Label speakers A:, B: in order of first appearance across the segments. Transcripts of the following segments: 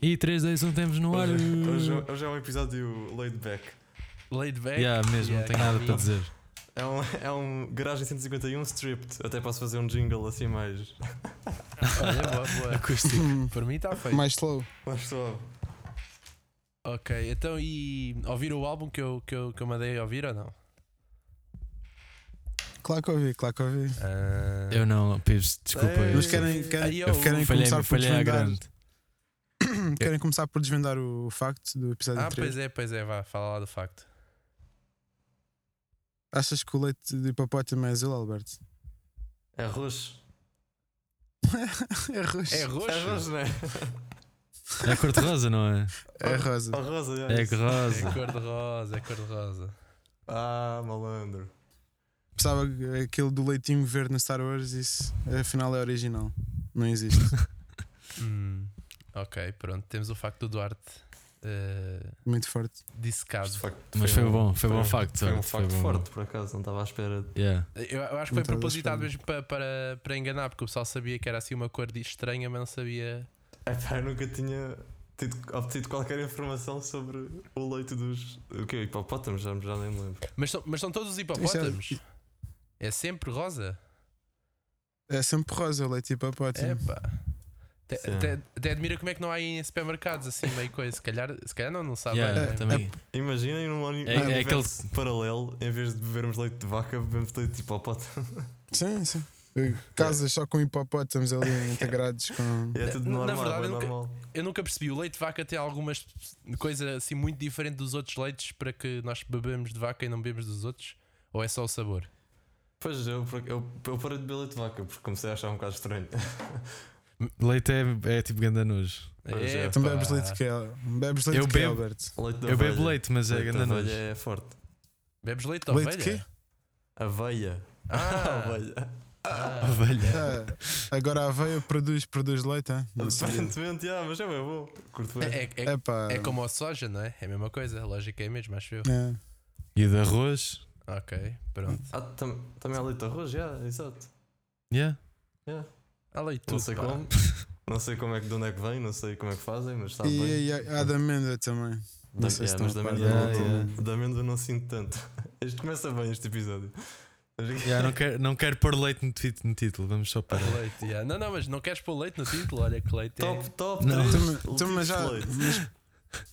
A: E 3, 2, 1, temos no ar.
B: Hoje, hoje- hoje é um episódio laid back.
C: Laid back.
A: Yeah, mesmo, não
C: Yeah,
A: tenho nada para dizer.
B: É um, é um garagem 151 stripped. Até posso fazer um jingle assim mais.
C: Olha, boa, boa.
A: Acústico.
C: Para mim está feito.
D: Mais slow.
B: mais suave.
C: Ok, então e ouvir o álbum que eu, que eu, que eu mandei ouvir ou não?
D: Claro que ouvi, claro que ouvi.
C: Ah,
A: Eu não, Pires, desculpa.
B: Ei,
A: eu
D: Mas
A: sei.
D: querem,
C: Aí
D: querem,
C: eu-
D: querem
A: falhei,
D: começar por
A: falhei à
D: desvendar.
A: grande.
D: Querem começar por desvendar o facto do episódio
C: Ah,
D: anterior?
C: pois é, pois é, vá, fala lá do facto.
D: Achas que o leite de hipopótamo é azul, Alberto?
B: É roxo.
D: é roxo.
C: É
B: É
C: roxo?
B: roxo, não é?
A: É cor de rosa, não é?
D: É rosa.
B: É rosa, é.
A: É
B: isso.
A: cor rosa.
C: É cor de rosa, é cor de rosa.
B: Ah, malandro.
D: Pensava que aquele do leitinho verde no Star Wars, isso afinal é original. Não existe.
C: Hum, ok, pronto, temos o facto do Duarte eh,
D: Muito forte.
C: dissecado.
B: Este facto
A: Mas foi bom, foi bom
B: um-
A: facto,
B: Foi um
A: Duarte, foi
B: facto
A: bom.
B: forte, por acaso. Não estava à espera. de-
A: Yeah.
C: Eu, eu acho que foi
D: Não tava à
C: propositado
D: espera.
C: mesmo para, para, para enganar, porque o pessoal sabia que era assim uma cor de- estranha, mas não sabia.
B: É pá, eu nunca tinha tido, obtido qualquer informação sobre o leito dos. O que? Hipopótamos? Já, já nem me lembro.
C: Mas são, mas são todos os hipopótamos? É sempre rosa?
D: É sempre rosa o leite de hipopótamo.
C: Epá. Até,
B: Sim.
C: até, até admira como é que não há em supermercados assim, meio coisa. Se calhar, se calhar não, não sabe.
A: Yeah,
C: olha, né?
A: também.
B: Imaginem num uni-
A: É- é
B: universo paralelo, em vez de bebermos leite de vaca, bebemos leite de hipopótamo.
D: Sim, sim. Casas só com hipopótamos ali integrados com.
B: E é tudo
C: Na- na
B: normal,
C: verdade,
B: é
C: eu nunca-
B: normal.
C: Eu nunca percebi. O leite de vaca tem algumas coisa assim muito diferente dos outros leites para que nós bebemos de vaca e não bebemos dos outros? Ou é só o sabor?
B: Pois eu, por- eu, eu parei de beber leite de vaca porque comecei a achar um bocado estranho.
A: Leite é, é tipo gandanojo.
B: Pois é.
C: Epá.
D: Então bebes leite de que é? Bebes leite
A: Eu
D: de que é,
A: bebo-
D: Alberto?
B: Leite de
A: Eu bebo
B: aveia.
A: leite, mas é
B: Leite de
A: gandanojo.
B: aveia é forte.
C: Bebes leite de
D: Leite
C: ovelha?
D: de quê?
B: Aveia.
C: Ah,
B: Aveia.
C: ah.
A: Ovelha.
D: Ah, agora a aveia produz, produz leite, é? Não sabia.
B: Aparentemente, ah, mas é bem bom. Curto bem.
C: É, é- é-
D: Epá.
C: é como a soja, não é? É a mesma coisa. A lógica é a mesma, acho eu.
D: É.
A: E de arroz.
C: Ok, pronto.
B: Ah, tam- também há leite de arroz, já, exato.
A: Yeah.
C: Há leite
B: Não
C: tudo,
B: sei
C: pá.
B: como. Não sei como é que de onde é que vem, não sei como é que fazem, mas está
D: E,
B: bem.
D: e a, a da amêndoa também.
B: Da,
D: Não sei se
B: é, mas da
D: estão a
B: amêndoa,
A: par.
B: não,
A: Yeah,
B: não-
D: yeah.
B: da amêndoa não sinto tanto. Este começa bem este episódio.
A: Yeah,
D: um-
A: não, quero, não quero pôr leite no, tit- no título, vamos só para.
C: Leite, yeah. Não, não, mas não queres pôr leite no título? Olha que leite é.
B: Top, top,
A: Não.
B: três
D: Então,
B: tipos
D: então, mas
B: de
D: já-
B: leite.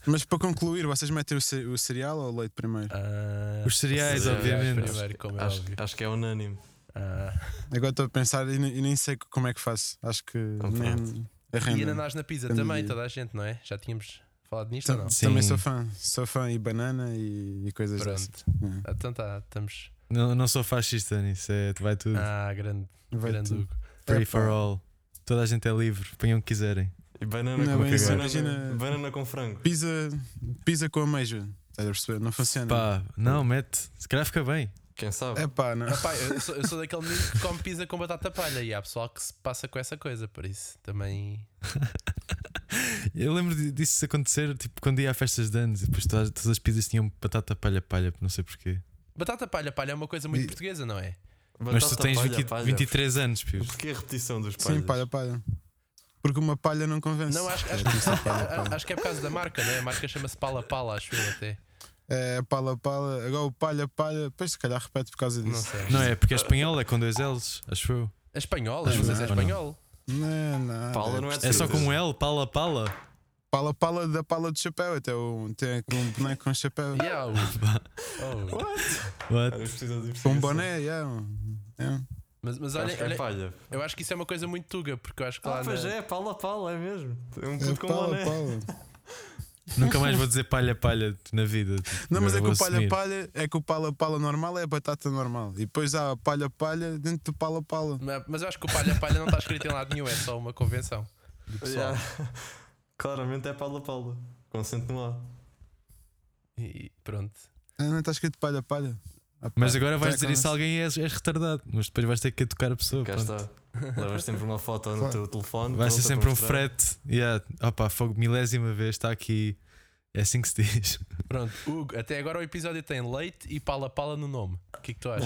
D: Mas para concluir, vocês metem o, ce- o cereal ou o leite primeiro?
C: Ah,
A: Os cereais,
B: cereais,
A: obviamente.
C: Primeiro, como é
B: É, Acho,
C: óbvio.
B: acho que é unânime.
C: Ah.
D: Agora estou a pensar e, ne- e nem sei como é que faço. Acho que
B: Então
D: nem é
C: E
D: random.
C: ananás na pizza
D: Renda
C: também,
D: dia. Então,
C: toda a gente, não é? Já tínhamos falado nisto ou
D: Tam-
C: não?
A: Sim.
D: Também sou fã. Sou fã e banana e, e coisas
C: Pronto.
D: dessas. É.
C: Ah, Então tá, estamos.
A: Não, não sou fascista nisso, é, vai tudo.
C: Ah, grande,
D: Vai
C: grande
D: tudo.
C: Hugo.
A: Free
D: Epá.
A: for all. Toda a gente é livre, ponham o que quiserem.
B: E banana,
D: Não,
B: com,
D: bem,
A: isso
B: banana,
D: origina-
B: banana com frango.
D: Pizza, pizza com ameijo. Estás a perceber? Não funciona.
A: Pá, não, mete. Se calhar fica bem.
B: Quem sabe?
D: É pá, não.
C: Ah, pá, eu, sou, eu sou daquele menino que come pizza com batata palha e há pessoal que se passa com essa coisa, por isso também.
A: Eu lembro de- disso acontecer, tipo, quando ia a festas de anos e depois todas, todas as pizzas tinham batata palha-palha, não sei porquê.
C: Batata palha, palha é uma coisa muito
D: E-
C: portuguesa, não é?
A: Mas tu
B: Batata
A: tens
B: palha,
A: 20
B: palha.
A: 23 anos, Pires.
B: Porquê a repetição dos palhas?
D: Sim, palha, palha. Porque uma palha não convence. É
C: Não, acho, acho, acho, acho que é por causa da marca, não é? A marca chama-se Pala Pala, acho eu até.
D: É pala, pala. Agora o palha, palha. Depois se calhar repete por causa
C: Não
D: disso.
C: sei.
A: Não é, porque é espanhol, é com dois L's, acho eu.
C: É espanhol, às
A: Acho
C: vezes é
A: bem.
C: espanhol.
D: Não, não.
B: Pala não é de
A: É só
B: certeza.
A: com um L, pala, pala.
D: Pala, pala da pala do chapéu. Até o, tem um boneco com chapéu.
C: Yeah, Hugo. Oh.
B: Ah,
A: What?
B: eu preciso de
D: Com um
B: investigação.
D: boné, É. yeah. yeah.
C: Mas, mas
B: Acho
C: olha,
B: que é
C: olha,
B: palha.
C: eu acho que isso é uma coisa muito tuga, porque eu acho que lá.
B: Ah, pois
C: na-
B: é, pala, pala, é mesmo. Um
D: É
B: puto com
D: pala,
B: boné.
D: pala.
A: Nunca mais vou dizer palha-palha na vida. tipo,
D: Não, mas é que
A: vou
D: o palha,
A: assumir.
D: palha. É que o pala, pala normal é a batata normal. E depois há a palha, palha dentro do pala, pala.
C: Mas, mas eu acho que o palha palha não está escrito em lado nenhum, é só uma convenção. do pessoal.
B: Yeah. Claramente é pala, pala. Consente no A.
C: E pronto.
D: Ah, não está escrito palha, palha. Ah,
A: Mas
D: pá,
A: agora vais
D: então é como
A: dizer isso a
D: se-
A: alguém e és, és retardado. Mas depois vais ter que educar a pessoa.
B: Cá
A: pronto.
B: está. Levas sempre uma foto no
D: Claro.
B: teu telefone.
A: Vai ser
B: pronta
A: sempre
B: para
A: um
B: mostrar.
A: frete. Yeah. Opa, fogo, milésima vez, está aqui. É assim que se diz.
C: Pronto, Hugo, até agora o episódio tem leite e pala-pala no nome. O que é que tu achas?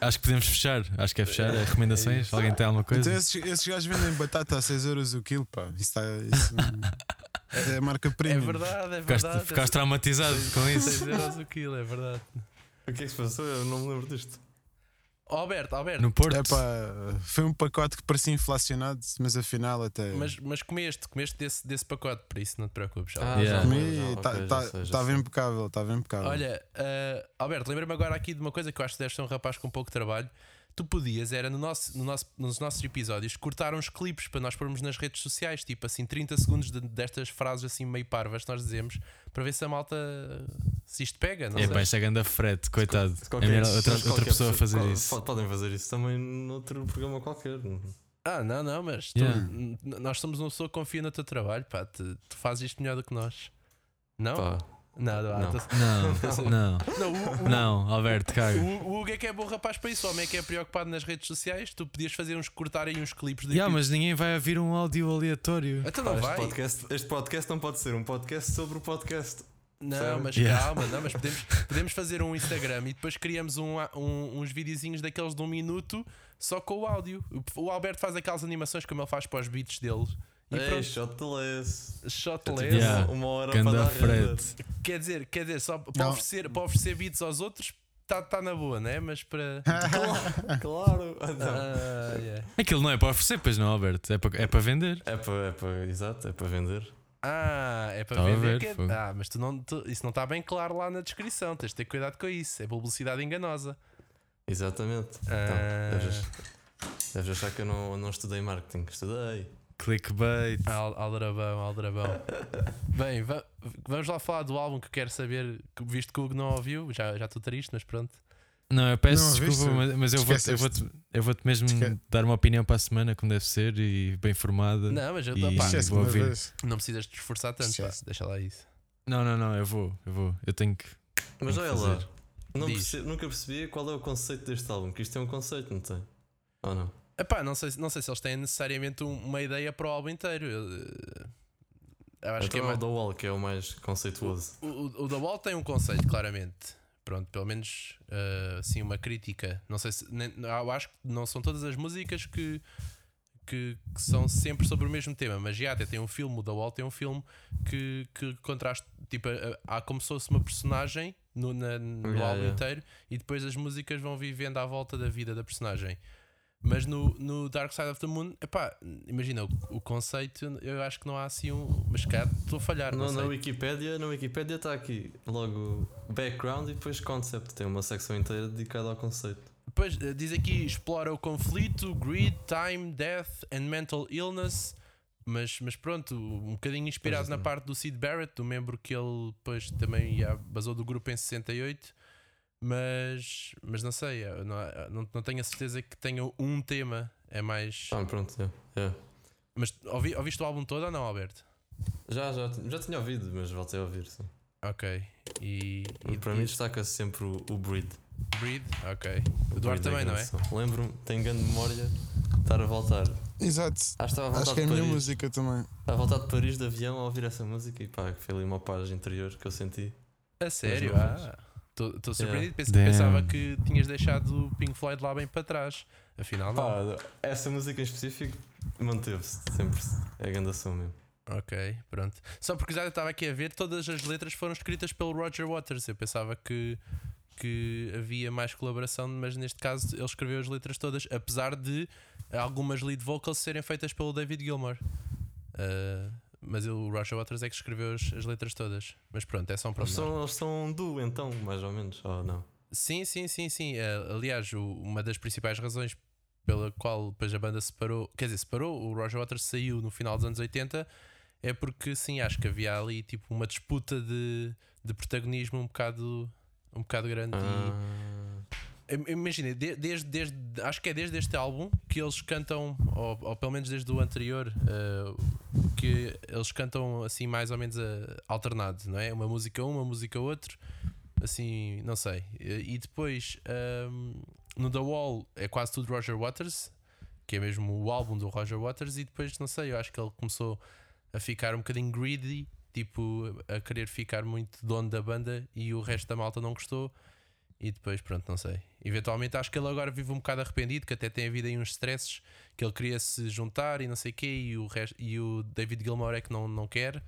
A: Acho que podemos fechar. Acho que é fechar. É recomendações. Alguém tem alguma coisa?
D: Então esses, esses gajos vendem batata a 6 euros o quilo, pá. Isso, tá, isso é a marca
C: é
D: premium.
C: verdade, é
A: Ficaste,
C: verdade.
A: ficaste traumatizado com isso.
C: 6 euros o quilo, é verdade.
B: O que é que se passou? Eu não me lembro disto.
C: Oh, Alberto, Alberto,
A: No Porto.
D: É pá, foi um pacote que parecia inflacionado, mas afinal até.
C: mas, mas comeste, comeste desse, desse pacote, por isso não te preocupes. Alberto.
A: Ah, já
C: tá,
B: ok, já sei, já
D: Estava
B: sei.
D: tá-
A: assim.
D: impecável, estava impecável.
A: Ah.
C: Olha, eh, Alberto, lembra-me agora aqui de uma coisa que eu acho que deve ser um rapaz com pouco trabalho. Tu podias, era no nosso, no nosso- nos nossos episódios, cortar uns clipes para nós pormos nas redes sociais, tipo assim, 30 segundos de- destas frases assim meio parvas que nós dizemos, para ver se a malta se isto pega, não
A: É pá,
C: sei.
A: isto é grande frete, coitado.
B: Se
A: É melhor outra,
B: se
A: outra
B: qualquer
A: pessoa a fazer
B: qual-
A: isso.
B: po- Podem fazer isso também noutro programa qualquer.
C: Ah, não, não, mas tu-
A: Yeah.
C: n- n- nós somos uma pessoa que confia no teu trabalho, pá, tu, tu fazes isto melhor do que nós. Não?
B: Pá,
C: Não, não,
B: Não.
C: tô-
A: Não, não,
C: não, o- o-
A: não, Alberto, caga.
C: O, o Hugo é que é bom rapaz para isso, o homem é que é preocupado nas redes sociais, tu podias fazer uns cortarem uns clipes de
A: Yeah, mas ninguém vai ouvir um áudio aleatório.
C: Então
B: pá,
C: não
B: este,
C: vai.
B: podcast, este podcast não pode ser um podcast sobre o podcast.
C: Não,
B: Sério?
C: mas
A: Yeah.
C: calma, não, mas podemos, podemos fazer um Instagram e depois criamos um, um- uns videozinhos daqueles de um minuto só com o áudio. O, o Alberto faz aquelas animações como ele faz para os beats dele. E
B: Ei,
C: pronto,
B: shotless.
C: shotless.
A: É Yeah.
B: Tipo, Uma hora para
A: Ganda
B: dar renda.
A: frete.
C: Quer dizer, quer dizer, só para
D: Não.
C: oferecer, para oferecer beats aos outros, está tá na boa, né? Mas para.
B: Claro. Ah, não.
C: Ah, yeah.
A: Aquilo não é para oferecer, pois não, Alberto? É para, é para vender.
B: É para, é para, exato, é para vender.
C: Ah, é para
A: Tá a
C: vender.
A: ver,
C: que-
A: fogo.
C: Ah, mas tu não, tu- isso não está bem claro lá na descrição. Tens de ter cuidado com isso. É publicidade enganosa.
B: Exatamente.
C: Ah.
B: Então, deves, ach- deves achar que eu não, não estudei marketing. Estudei.
A: Clickbait.
C: Al- Aldrabão, Aldrabão. bem, va- vamos lá falar do álbum que eu quero saber, que- visto que o Hugo não ouviu. Já já estou triste, mas pronto.
A: Não, eu peço
D: Não,
A: desculpa,
D: viste?
A: mas, mas eu vou-te eu
D: Esqueceste.
A: vou-te- eu vou-te mesmo
D: Esque-
A: dar uma opinião para a semana, como deve ser, e bem formada.
C: Não, mas eu,
A: E-
C: opá,
D: Isto é a
A: vou
D: segunda
A: ouvir.
D: vez.
C: não precisas te esforçar tanto. pá.
D: Esquece.
C: Deixa lá isso.
A: Não, não, não, eu vou, eu vou. Eu tenho que.
B: Mas
A: Tem que
B: olha lá,
A: fazer.
B: não
C: Diz.
B: perce- nunca percebi qual é o conceito deste álbum, que isto é um conceito, não tem? Ou não?
C: Epá, não sei, se- não sei se eles têm necessariamente um- uma ideia para o álbum inteiro. Eu, eh, eu acho
B: Acho
C: que é
B: é
C: mais.
B: o The Wall que é o mais conceituoso.
C: O, o, o The Wall tem um conceito, claramente. Pronto, pelo menos eh, assim, uma crítica. Não sei se. nem- eu acho que não são todas as músicas que, que, que são sempre sobre o mesmo tema, mas já até tem um filme, o The Wall tem um filme que, que contrasta. Tipo, eh, há como se fosse uma personagem no, na- no
B: Yeah,
C: álbum
B: yeah.
C: inteiro e depois as músicas vão vivendo à volta da vida da personagem. Mas no, no Dark Side of the Moon, epá, imagina, o, o conceito eu acho que não há assim um. Mas cá estou a falhar, Ah, não,
B: No, na
C: sei.
B: Wikipédia, é na Wikipédia está aqui logo background e depois concept. Tem uma secção inteira dedicada ao conceito.
C: Pois, eh, diz aqui: explora o conflito, greed, time, death and mental illness. Mas, mas pronto, um bocadinho inspirado na parte do Sid Barrett, do membro que ele depois também já basou do grupo em 68. Mas, mas não sei, eh, não, há- não, não tenho a certeza que tenha um tema. É mais.
B: Ah, pronto, é. é.
C: Mas ouvi, ouviste o álbum todo ou não, Alberto?
B: Já, já, já tinha ouvido, mas voltei a ouvir. Sim.
C: Ok. E,
B: E
C: e
B: para mim destaca-se sempre o, o Breed.
C: Breed? Ok.
B: O
C: Eduardo
B: Breed
C: também, não é?
B: grande som. Lembro-me, tenho grande memória de estar a voltar. Acho
D: Exato.
B: que estava a
D: Acho
B: voltar
D: que é a
B: de
D: minha
B: Paris.
D: música também.
B: Estava a voltar Tá de Paris de avião a ouvir essa música e pá, foi ali uma paz interior que eu senti.
C: A sério?
B: novas.
C: Estou surpreendido. Pens-
A: Damn.
C: Pensava que tinhas deixado o Pink Floyd lá bem para trás. Afinal, não.
B: Pá, essa música em específico manteve-se sempre. É a grande som mesmo.
C: Ok, pronto. Só porque já estava aqui a ver, todas as letras foram escritas pelo Roger Waters. Eu pensava que, que havia mais colaboração, mas neste caso ele escreveu as letras todas, apesar de algumas lead vocals serem feitas pelo David Gilmour. Ah, mas o Roger Waters é que escreveu as, as letras todas. Mas pronto, é só um
B: Eles
C: problema.
B: são, eles são um duo então, mais ou menos, ou não?
C: Sim, sim, sim, sim. Eh, aliás, o- uma das principais razões pela qual depois a banda separou, quer dizer, separou, o Roger Waters saiu no final dos anos 80, é porque sim, acho que havia ali tipo uma disputa de, de protagonismo um bocado, um bocado grande.
B: Ah,
C: E, Im- Imagina, de- desde, desde, acho que é desde este álbum que eles cantam, ou, ou pelo menos desde o anterior, eh, que eles cantam assim mais ou menos eh, alternado, não é? Uma música um, uma música outro, assim, não sei. Eh, E depois ahm, no The Wall é quase tudo Roger Waters, que é mesmo o álbum do Roger Waters, e depois não sei, eu acho que ele começou a ficar um bocadinho greedy, tipo a querer ficar muito dono da banda e o resto da malta não gostou. E depois, pronto, não sei. Eventualmente, acho que ele agora vive um bocado arrependido, que até tem havido aí uns stresses, que ele queria se juntar e não sei o quê, e o, resto, e o David Gilmour é que não, não quer.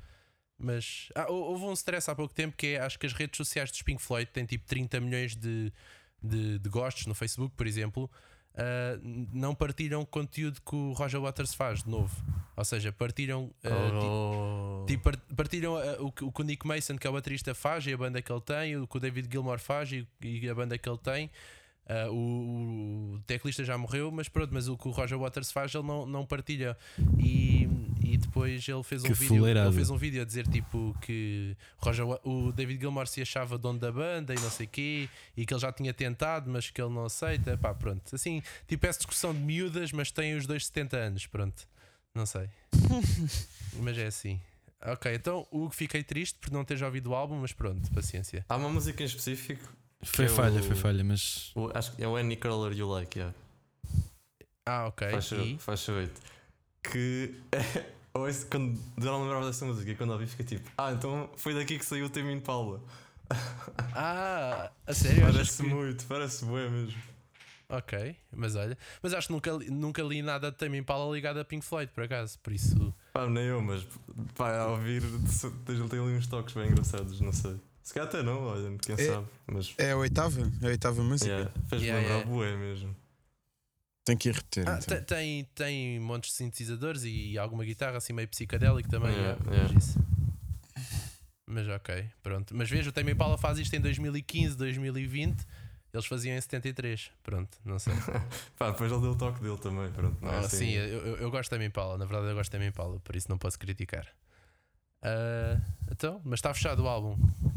C: Mas ah, hou- houve um stress há pouco tempo que é, acho que as redes sociais dos Pink Floyd têm tipo 30 milhões de, de, de gostos no Facebook, por exemplo. ah, n- não partilham conteúdo que o Roger Waters faz de novo, ou seja, partilham ah, tipo,
B: Oh.
C: Tipo, par- partilham eh, o, que, o que o Nick Mason, que é o baterista, faz e a banda que ele tem, o que o David Gilmour faz e, e a banda que ele tem. Ah, o, o teclista já morreu, mas pronto, mas o que o Roger Waters faz ele não, não partilha. E, e depois ele fez um
A: Que
C: vídeo.
A: fuleirada.
C: Ele fez um vídeo a dizer tipo que Roger, Wa- o David Gilmour se achava dono da banda e não sei quê, e que ele já tinha tentado, mas que ele não aceita. Pá, pronto. Assim, tipo, essa discussão de miúdas, mas tem os dois 70 anos, pronto. Não sei. Mas é assim. Ok, então o que fiquei triste por não ter já ouvido o álbum, mas pronto, paciência.
B: Há uma música em específico,
A: Foi
B: Que é
A: falha,
B: o-
A: foi falha, mas.
B: o- acho que é o Any Crawler You Like, yeah.
C: Ah, ok.
B: faixa,
C: e-
B: faixa 8. Que ou esse- quando já não lembrava dessa música e quando ouvi fica tipo, ah, então foi daqui que saiu o Temin Paula.
C: Ah, a sério? achas
B: Parece
C: que-
B: muito, parece bué mesmo.
C: Ok, mas olha. Mas acho que nunca, li- nunca li nada de Tame Impala ligado a Pink Floyd, por acaso. Por isso.
B: Pá, nem eu, mas pá, a ouvir se- tem tem ali uns toques bem engraçados, não sei. Se calhar até não, olha, quem
D: É-
B: sabe. Mas
D: É a oitava? É a oitava música?
B: yeah, fez-me
C: Yeah,
B: lembrar
C: yeah.
B: bué mesmo.
D: Tenho que ir repetir.
C: Ah,
D: então.
C: te- tem, tem montes de sintetizadores e alguma guitarra assim meio psicadélico também.
B: Yeah,
C: é,
B: yeah.
C: Mas, isso. Mas ok, pronto. Mas veja, o Tame Impala faz isto em 2015, 2020. Eles faziam em 73. Pronto, não sei.
B: Pá, depois ele deu o toque dele também, pronto. não é
C: Ah,
B: assim-
C: sim, eu, eu- eu gosto da minha Impala, na verdade eu gosto da minha Impala, por isso não posso criticar. Ah, então, mas está fechado o álbum.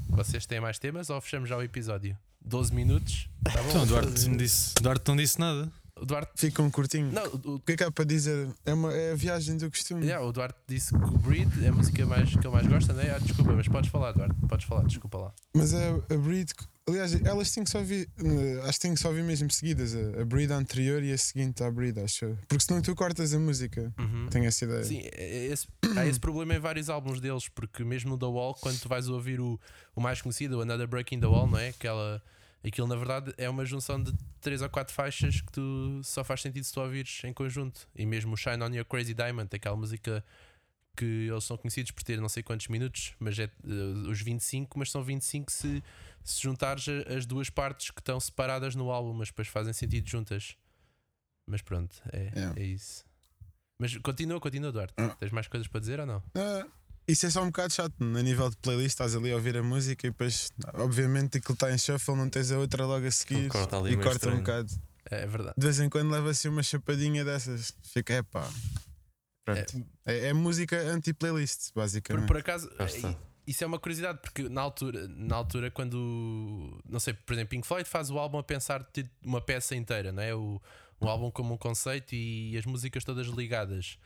C: Vocês têm mais temas ou fechamos já o episódio? 12 minutos? Tá bom?
A: Então, o Duarte não disse, Duarte não disse nada.
C: O Duarte.
D: Fica um curtinho.
C: Não, o, o-
D: O que é que há para dizer? É, uma, é a viagem do costume.
C: yeah, o Duarte disse que o Breed é a música mais, que ele mais gosta, não é? Ah, desculpa, mas podes falar, Duarte, podes falar, desculpa lá.
D: Mas é a Breed. Aliás, elas têm que só vir. eh, Acho que têm que só vir mesmo seguidas. A a Breed anterior e a seguinte à Breed, acho eu. Porque senão tu cortas a música.
C: Uhum.
D: Tenho essa ideia.
C: Sim, é- é esse- há esse problema em vários álbuns deles, porque mesmo no The Wall, quando tu vais ouvir o, o mais conhecido, o Another Breaking the Wall, não é? Aquela, aquilo na verdade é uma junção de três ou quatro faixas que tu só faz sentido se tu ouvires em conjunto. E mesmo o Shine on Your Crazy Diamond, aquela música que eles são conhecidos por ter não sei quantos minutos, mas é eh, os 25, mas são 25 se, se juntares a- as duas partes que estão separadas no álbum, mas depois fazem sentido juntas. Mas pronto, é,
D: Yeah.
C: é isso. Mas continua, continua, Duarte.
D: Ah.
C: Tens mais coisas para dizer ou não?
D: Ah, isso é só um bocado chato. A nível de playlist, estás ali a ouvir a música e depois, obviamente, aquilo está em shuffle, não tens a outra logo a seguir.
B: Corta ali
D: e
B: meio
D: corta um
B: estranho.
D: bocado.
C: É, é verdade.
D: De vez em quando leva-se uma chapadinha dessas. Fica, epá. Pronto. É, é música anti-playlist,
C: Por,
D: basicamente.
C: por acaso,
B: Cá está.
C: eh, isso é uma curiosidade, porque na altura, na altura, quando não sei, por exemplo, Pink Floyd faz o álbum a pensar de uma peça inteira, não é? O, um álbum como um conceito e as músicas todas ligadas.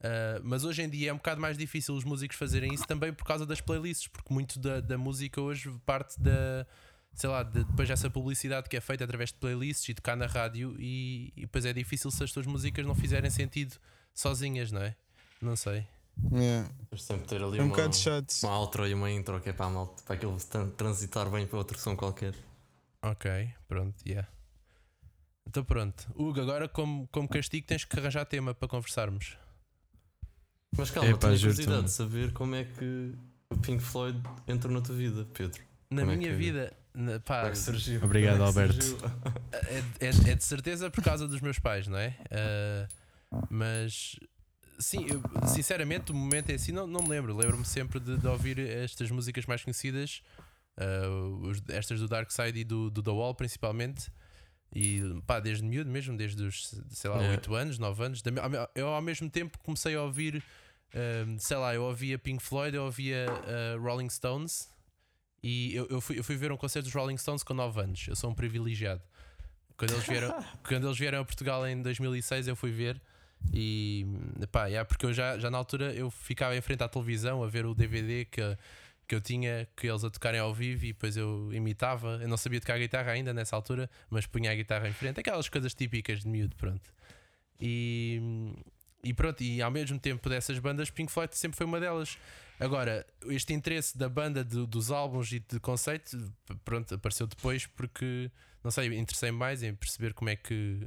C: Ah, mas hoje em dia é um bocado mais difícil os músicos fazerem isso também por causa das playlists, porque muito da, da música hoje parte da, sei lá, de- depois dessa publicidade que é feita através de playlists e tocar na rádio, e, e depois é difícil se as tuas músicas não fizerem sentido sozinhas, não é? Não sei.
D: Yeah.
B: Mas sempre ter ali
D: É um
B: uma,
D: bocado chato.
B: uma outro e uma intro que é para, a malta, para aquilo tran- transitar bem para outro som qualquer.
C: Ok, pronto, yeah. Então pronto. Hugo, agora como, como castigo tens que arranjar tema para conversarmos.
B: Mas calma,
A: É, pá,
B: tenho
A: juro-te,
B: curiosidade
A: mano.
B: de saber como é que o Pink Floyd entrou na tua vida, Pedro.
C: Na
B: Como é
C: minha
B: que-
C: vida, na- pá,
B: Como é que surgiu?
A: Obrigado,
B: Como é que
A: Alberto.
B: surgiu?
C: é, é- é de certeza por causa dos meus pais, não é? Ah, mas sim, eu- sinceramente, o momento é assim, não, não me lembro. Lembro-me sempre de, de ouvir estas músicas mais conhecidas, ah, os- estas do Dark Side e do, do The Wall principalmente. E pá, desde miúdo mesmo, desde os sei lá,
B: Yeah.
C: 8 anos, 9 anos. da me- ao me- Eu ao mesmo tempo comecei a ouvir, ah, sei lá, eu ouvia Pink Floyd, eu ouvia ah, Rolling Stones. E eu, eu, fui, eu fui ver um concerto dos Rolling Stones com 9 anos. Eu sou um privilegiado. Quando eles vieram, quando eles vieram a Portugal em 2006, eu fui ver. E pá, yeah, porque eu já, já na altura eu ficava em frente à televisão a ver o DVD que, que eu tinha, que eles a tocarem ao vivo e depois eu imitava. Eu não sabia tocar guitarra ainda nessa altura, mas punha a guitarra em frente, aquelas coisas típicas de miúdo, pronto. E, e pronto, e ao mesmo tempo dessas bandas, Pink Floyd sempre foi uma delas. Agora, este interesse da banda, do- dos álbuns e de conceito, p- pronto, apareceu depois porque, não sei, interessei-me mais em perceber como é que,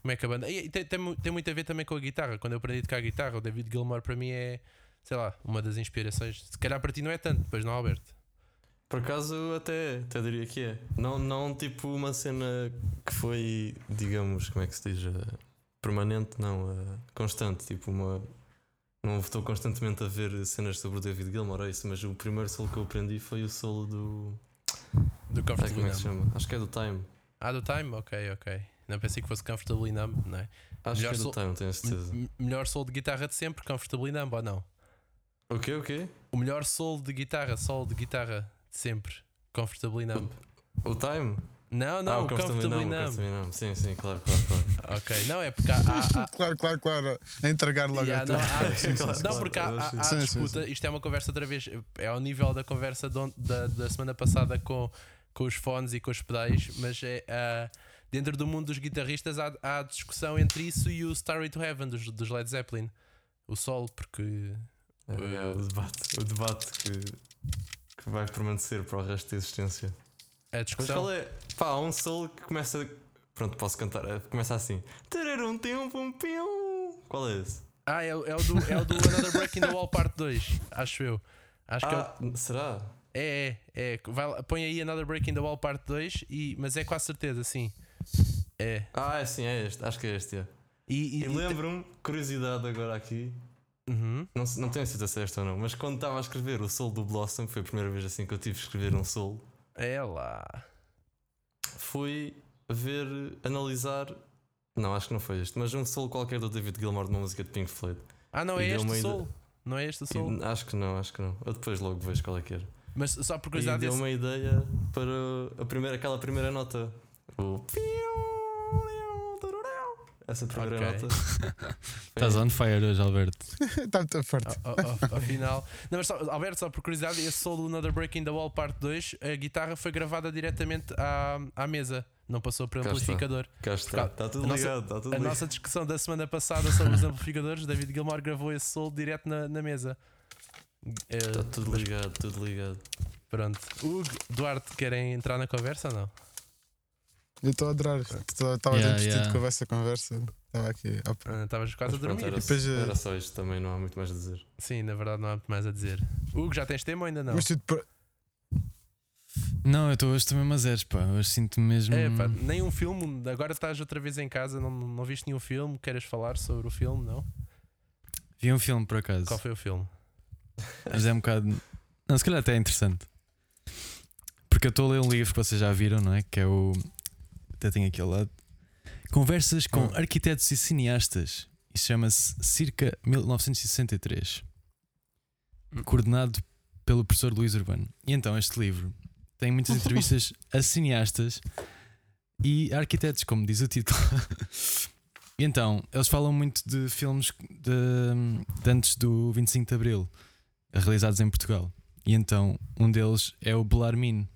C: como é que a banda. E tem, tem, mu- tem muito a ver também com a guitarra. Quando eu aprendi a tocar guitarra, o David Gilmour para mim é, sei lá, uma das inspirações. Se calhar para ti não é tanto, depois não, Alberto.
B: Por acaso, até, até diria que é. Não, não tipo uma cena que foi, digamos, como é que se diz? eh, Permanente, não, eh, constante. Tipo, uma. Não estou constantemente a ver cenas sobre o David Gilmour, é isso, mas o primeiro solo que eu aprendi foi o solo do.
C: Do
B: Ai, como é que se
C: Comfortable Numb.
B: chama? Acho que é do Time.
C: Ah, do Time? Ok, ok. Não pensei que fosse Comfortable Numb, não é?
B: Acho
C: Melhor
B: que é do
C: solo-
B: Time, tenho a certeza.
C: M- melhor solo de guitarra de sempre, Comfortably Numb, ou não?
B: O quê? O quê?
C: O melhor solo de guitarra, solo de guitarra de sempre, Comfortably Numb.
B: O Time?
C: Não,
B: ah,
C: não,
B: o Comfortably
C: Comfortably
B: Numb. o
C: Numb.
B: Comfortably Numb. Sim, sim, claro, claro, claro.
C: Ok, não é porque há. há- há-
D: Claro, claro, claro. A entregar logo
C: Yeah,
D: a
C: não,
D: tua.
C: há-
B: Sim, sim,
C: não,
B: sim.
C: porque há, há- há
D: Sim, sim,
C: disputa. Isto é uma conversa outra vez. É ao nível da conversa de on- da, da semana passada com, com os fones e com os pedais. Mas é, ah, dentro do mundo dos guitarristas há, há discussão entre isso e o Starry to Heaven dos, dos Led Zeppelin. O solo, porque.
B: É, o debate, o debate que, que vai permanecer para o resto da existência.
C: A
B: Mas
C: discussão.
B: qual é? Pá, há um solo que começa. Pronto, posso cantar. eh, Começa assim. Tararum, tim, pum, pium. Qual é esse?
C: Ah, é, o- é o do, é o do Another Break in the Wall Part 2, acho eu. Acho que é o-
B: Ah, será?
C: é, é, é. Vai lá, põe aí Another Break in the Wall Part 2, e, mas é com a certeza, sim. É.
B: Ah, é sim, é este. Acho que é este. É.
C: E, e-
B: E lembro-me, curiosidade agora aqui.
C: Uhum.
B: Não, se- não tenho certeza se é esta ou não, mas quando estava a escrever o solo do Blossom, foi a primeira vez assim que eu tive de escrever um solo,
C: É lá.
B: fui ver, analisar. Não, acho que não foi este, mas um solo qualquer do David Gilmour de uma música de Pink Floyd.
C: Ah, não é
B: E deu uma
C: este
B: ide-
C: Soul. Não é este o
B: E
C: Soul.
B: acho que não, acho que não. Eu depois logo vejo qual é que era.
C: Mas só por
B: E
C: curiosidade,
B: deu
C: esse-
B: uma ideia para a primeira, aquela primeira nota. O Essa primeira
C: Ok.
B: nota.
A: Estás on fire hoje, Alberto.
D: Está Tá muito forte.
C: ao, ao- ao final. Não, mas só, Alberto, só por curiosidade, esse Soul do Another Break in the Wall Part 2, a guitarra foi gravada diretamente à, à mesa. Não passou por
B: Cá está.
C: amplificador.
B: Cá está. Está Tá tudo
C: A nossa-
B: ligado, está tudo
C: A
B: ligado.
C: nossa discussão da semana passada sobre os amplificadores, David Gilmore gravou esse solo direto na, na mesa. Eh,
B: Está Tá tudo ligado, tudo ligado.
C: pronto. Hugo, Duarte, querem entrar na conversa ou não?
D: Eu estou a adorar. Estava tava
A: Yeah,
D: dentro
A: yeah.
D: de com essa conversa. Estava aqui. à pro-
C: Ah, Estavas quase a
B: Mas pronto,
C: dormir.
B: era,
D: depois, eh,
B: era só isto também, não há muito mais a dizer.
C: Sim, na verdade não há muito mais a dizer. Hugo, já tens tema ou ainda não?
D: Mas tu depois.
A: Não, eu estou hoje também a zeros, pá. Hoje sinto-me mesmo.
C: É, pá, nem um filme. Agora estás outra vez em casa, não, não viste nenhum filme. Queres falar sobre o filme? Não?
A: Vi um filme por acaso.
C: Qual foi o filme?
A: Mas é um bocado. Não, se calhar até é interessante. Porque eu estou a ler um livro que vocês já viram, não é? Que é o. Até tenho aqui ao lado. Conversas com
D: Ah.
A: arquitetos e cineastas. E chama-se Circa 1963. Coordenado pelo professor Luís Urbano. E então este livro tem muitas entrevistas a cineastas e a arquitetos, como diz o título. e então, eles falam muito de filmes de, de antes do 25 de Abril realizados em Portugal. E então um deles é o Belarmino.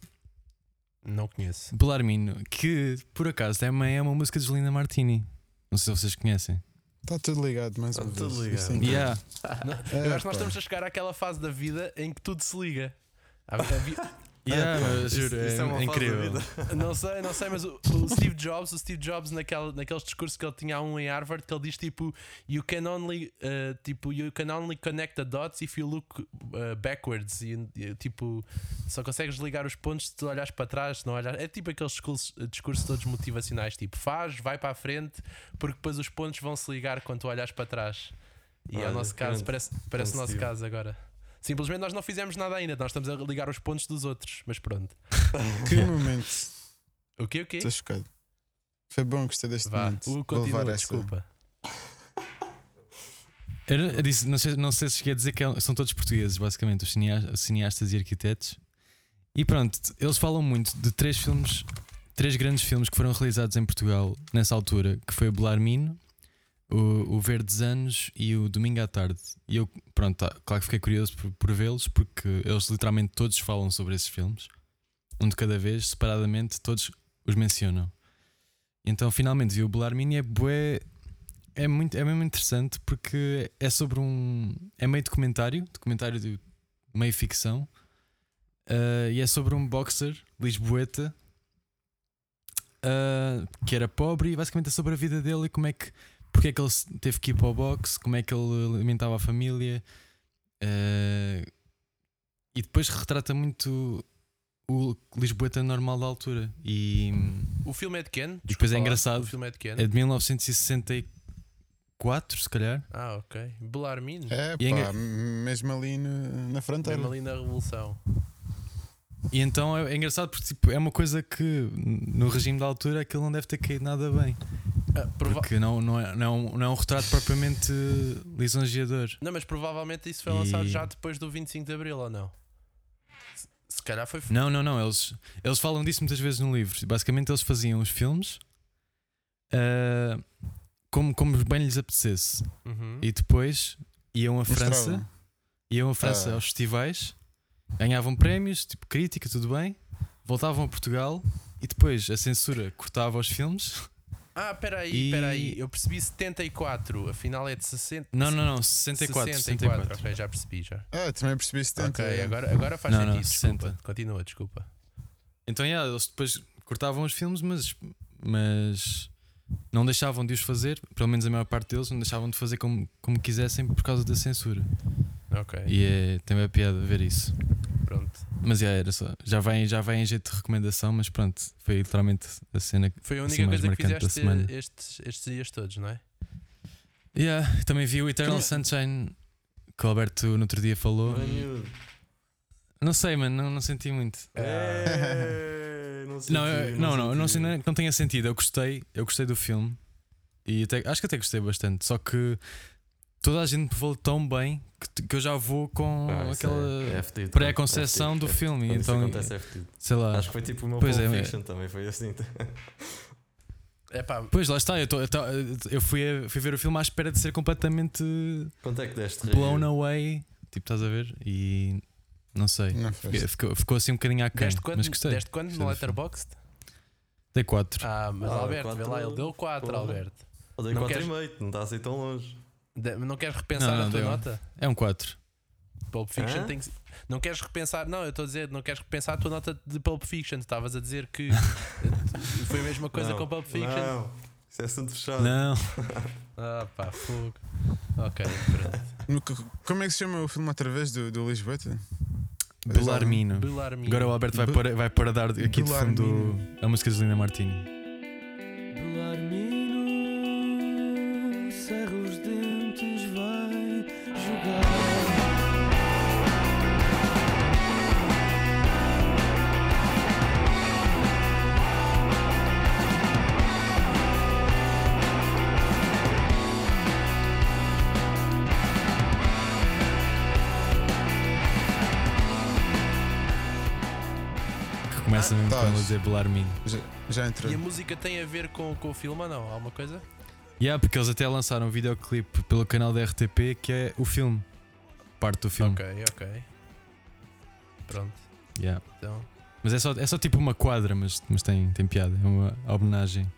C: Não conheço.
A: Belarmino, que por acaso também é uma música de Linda Martini. Não sei se vocês conhecem.
D: Está tudo ligado, mais
B: Tá
D: uma vez.
B: tudo ligado.
D: Isso é incrível.
A: Yeah.
C: Eu acho que
D: É,
C: nós
D: pá.
C: estamos a chegar àquela fase da vida em que tudo se liga. Há- há-
A: Yeah,
B: Ah,
A: eu
B: isso-
A: juro,
B: isso
A: é,
B: uma fase da
A: incrível.
B: vida.
C: não sei, não sei, mas o, o Steve Jobs, o Steve Jobs naquele, naqueles discursos que ele tinha há um em Harvard, que ele diz tipo you can only eh, tipo you can only connect the dots if you look eh, backwards e, e, tipo só consegues ligar os pontos se tu olhares para trás, se não olhar. É tipo aqueles discursos, discursos todos motivacionais, tipo faz, vai para a frente, porque depois os pontos vão se ligar quando tu olhares para trás. E é
B: Olha,
C: o nosso caso,
B: grande-
C: parece, parece o nosso
B: Steve.
C: caso agora. Simplesmente nós não fizemos nada ainda, nós estamos a ligar os pontos dos outros, mas pronto.
D: Que momento.
C: O que o quê?
D: Estou chocado. Foi bom, gostei deste
C: Vá,
D: momento.
C: o
D: Vou
C: Uh, continua,
D: levar essa.
C: desculpa.
A: Era- eu disse- não, sei, não sei se quer dizer que é- são todos portugueses, basicamente, os cineas- os cineastas e arquitetos. E pronto, eles falam muito de três filmes, três grandes filmes que foram realizados em Portugal nessa altura, que foi o Belarmino, o, o Verdes Anos e o Domingo à Tarde. E eu, pronto, tá, claro que fiquei curioso por, por vê-los, porque eles literalmente todos falam sobre esses filmes. Um de cada vez, separadamente, todos os mencionam. Então finalmente vi o Belarmino e é bué... É, muito, é mesmo interessante porque é sobre um... É meio documentário, documentário de meio ficção. Uh, e é sobre um boxer lisboeta uh, que era pobre e basicamente é sobre a vida dele e como é que porque é que ele se- teve que ir para o boxe, como é que ele alimentava a família uh, e depois retrata muito o lisboeta normal da altura e
C: O filme é de Ken?
A: depois é engraçado.
C: O filme é de Ken?
A: é de 1964 se calhar
C: Ah, ok. Belarmino.
D: É,
A: E
D: pá,
A: enga-
D: mesmo ali no- na fronteira.
C: Mesmo ali na Revolução.
A: e então é, é engraçado porque tipo, é uma coisa que no regime da altura aquilo não deve ter caído nada bem
C: Ah, prova-
A: Porque não, não, é, não, é um, não é um retrato propriamente lisonjeador.
C: Não, mas provavelmente isso foi lançado
A: E-
C: já depois do 25 de Abril, ou não? Se- Se calhar foi.
A: Não, não, não. Eles, eles falam disso muitas vezes no livro. Basicamente, eles faziam os filmes ah, como, como bem lhes apetecesse.
C: Uhum.
A: E depois iam à
D: Mostravam.
A: França, iam à França
D: Ah.
A: aos festivais, ganhavam prémios, tipo crítica, tudo bem. Voltavam a Portugal e depois a censura cortava os filmes.
C: Ah, peraí,
A: E-
C: peraí. Eu percebi 74, afinal é de 60.
A: Não, não, não. 64.
C: 64.
A: 64.
C: Ok, já percebi já.
D: Ah, também percebi 70.
C: ok, agora, agora faz
A: Não,
C: sentido.
A: não,
C: desculpa,
A: 60.
C: continua, desculpa.
A: Então, yeah, eles depois cortavam os filmes, mas, mas não deixavam de os fazer, pelo menos a maior parte deles, não deixavam de fazer como, como quisessem por causa da censura.
C: Ok,
A: E é, tem bem piada ver isso.
C: pronto.
A: Mas yeah, era só, já vai, já vai em jeito de recomendação, mas pronto, foi literalmente a cena. que-
C: Foi a
A: Sim,
C: única
A: mais
C: coisa que
A: marcante da
C: fizeste
A: semana.
C: estes, estes dias todos, não é?
A: Yeah, também vi o Eternal
D: Que-
A: Sunshine que o Alberto no outro dia falou.
B: Banhudo.
A: Não sei, mano, não, não senti muito.
B: É, senti,
A: Não, eu- não, não, eu não,
B: senti.
A: sei, não, é que não tenha sentido. Eu gostei, eu gostei do filme e até- acho que até gostei bastante. Só que toda a gente me falou tão bem que, t- que eu já vou com
B: Ah, isso
A: aquela
B: é- é fudido,
A: pré-concepção
B: é
A: do
B: fudido, é fudido.
A: filme.
B: Quando isso
A: Então,
B: acontece é fudido.
A: sei lá.
B: Acho que foi tipo o meu
A: Pois
B: Pulp
A: é, é.
B: Fiction também, foi assim.
C: É pá,
A: Pois lá está, eu, tô- eu tô- eu fui, a- fui ver o filme à espera de ser completamente
B: Quanto é que deste? Rei?
A: blown away. Tipo, estás a ver? E não sei.
D: Não foi.
A: Fiquei- Ficou, ficou assim um bocadinho à
C: deste quanto,
A: mas gostei.
C: deste quanto
A: Gostei
C: no
A: do filme.
C: Letterboxd?
A: Dei 4.
C: Ah, mas
B: Ah,
C: Alberto,
B: quatro-
C: vê lá, ele deu 4,
B: porra.
C: Alberto.
B: Eu dei
C: Não
B: 4,5, não está assim tão longe.
C: De- não queres repensar
A: Não, não,
C: a tua
A: deu.
C: nota?
A: É um 4.
C: Pulp Fiction
B: Hã?
C: tem que. se- Não queres repensar. Não, eu estou a dizer, não queres repensar a tua nota de Pulp Fiction. Tu Estavas a dizer que eh, foi a mesma coisa
B: não,
C: com Pulp Fiction.
B: Não, isso é assunto fechado.
A: Não.
C: Ah, pá, fogo. Ok, pronto.
D: No que- Como é que se chama o filme outra vez do, do Lisboeta?
A: Belarmino.
C: Belarmino.
A: Agora o Alberto vai
D: Be-
A: pôr, vai pôr a dar aqui de fundo
D: Belarmino.
A: a música de Linda Martini.
E: Belarmino, serra os dentes, vai jogar.
A: Que começa mesmo
D: Tás.
A: com ele a dizer Belarmino.
D: Já, já entrou.
C: E a música tem a ver com, com o filme ou não? Alguma coisa?
A: E yeah, porque eles até lançaram um videoclipe pelo canal da RTP que é o filme. Parte do filme.
C: Ok, ok. Pronto,
A: Yeah.
C: então.
A: Mas é só, é só tipo uma quadra, mas, mas tem, tem piada. É uma homenagem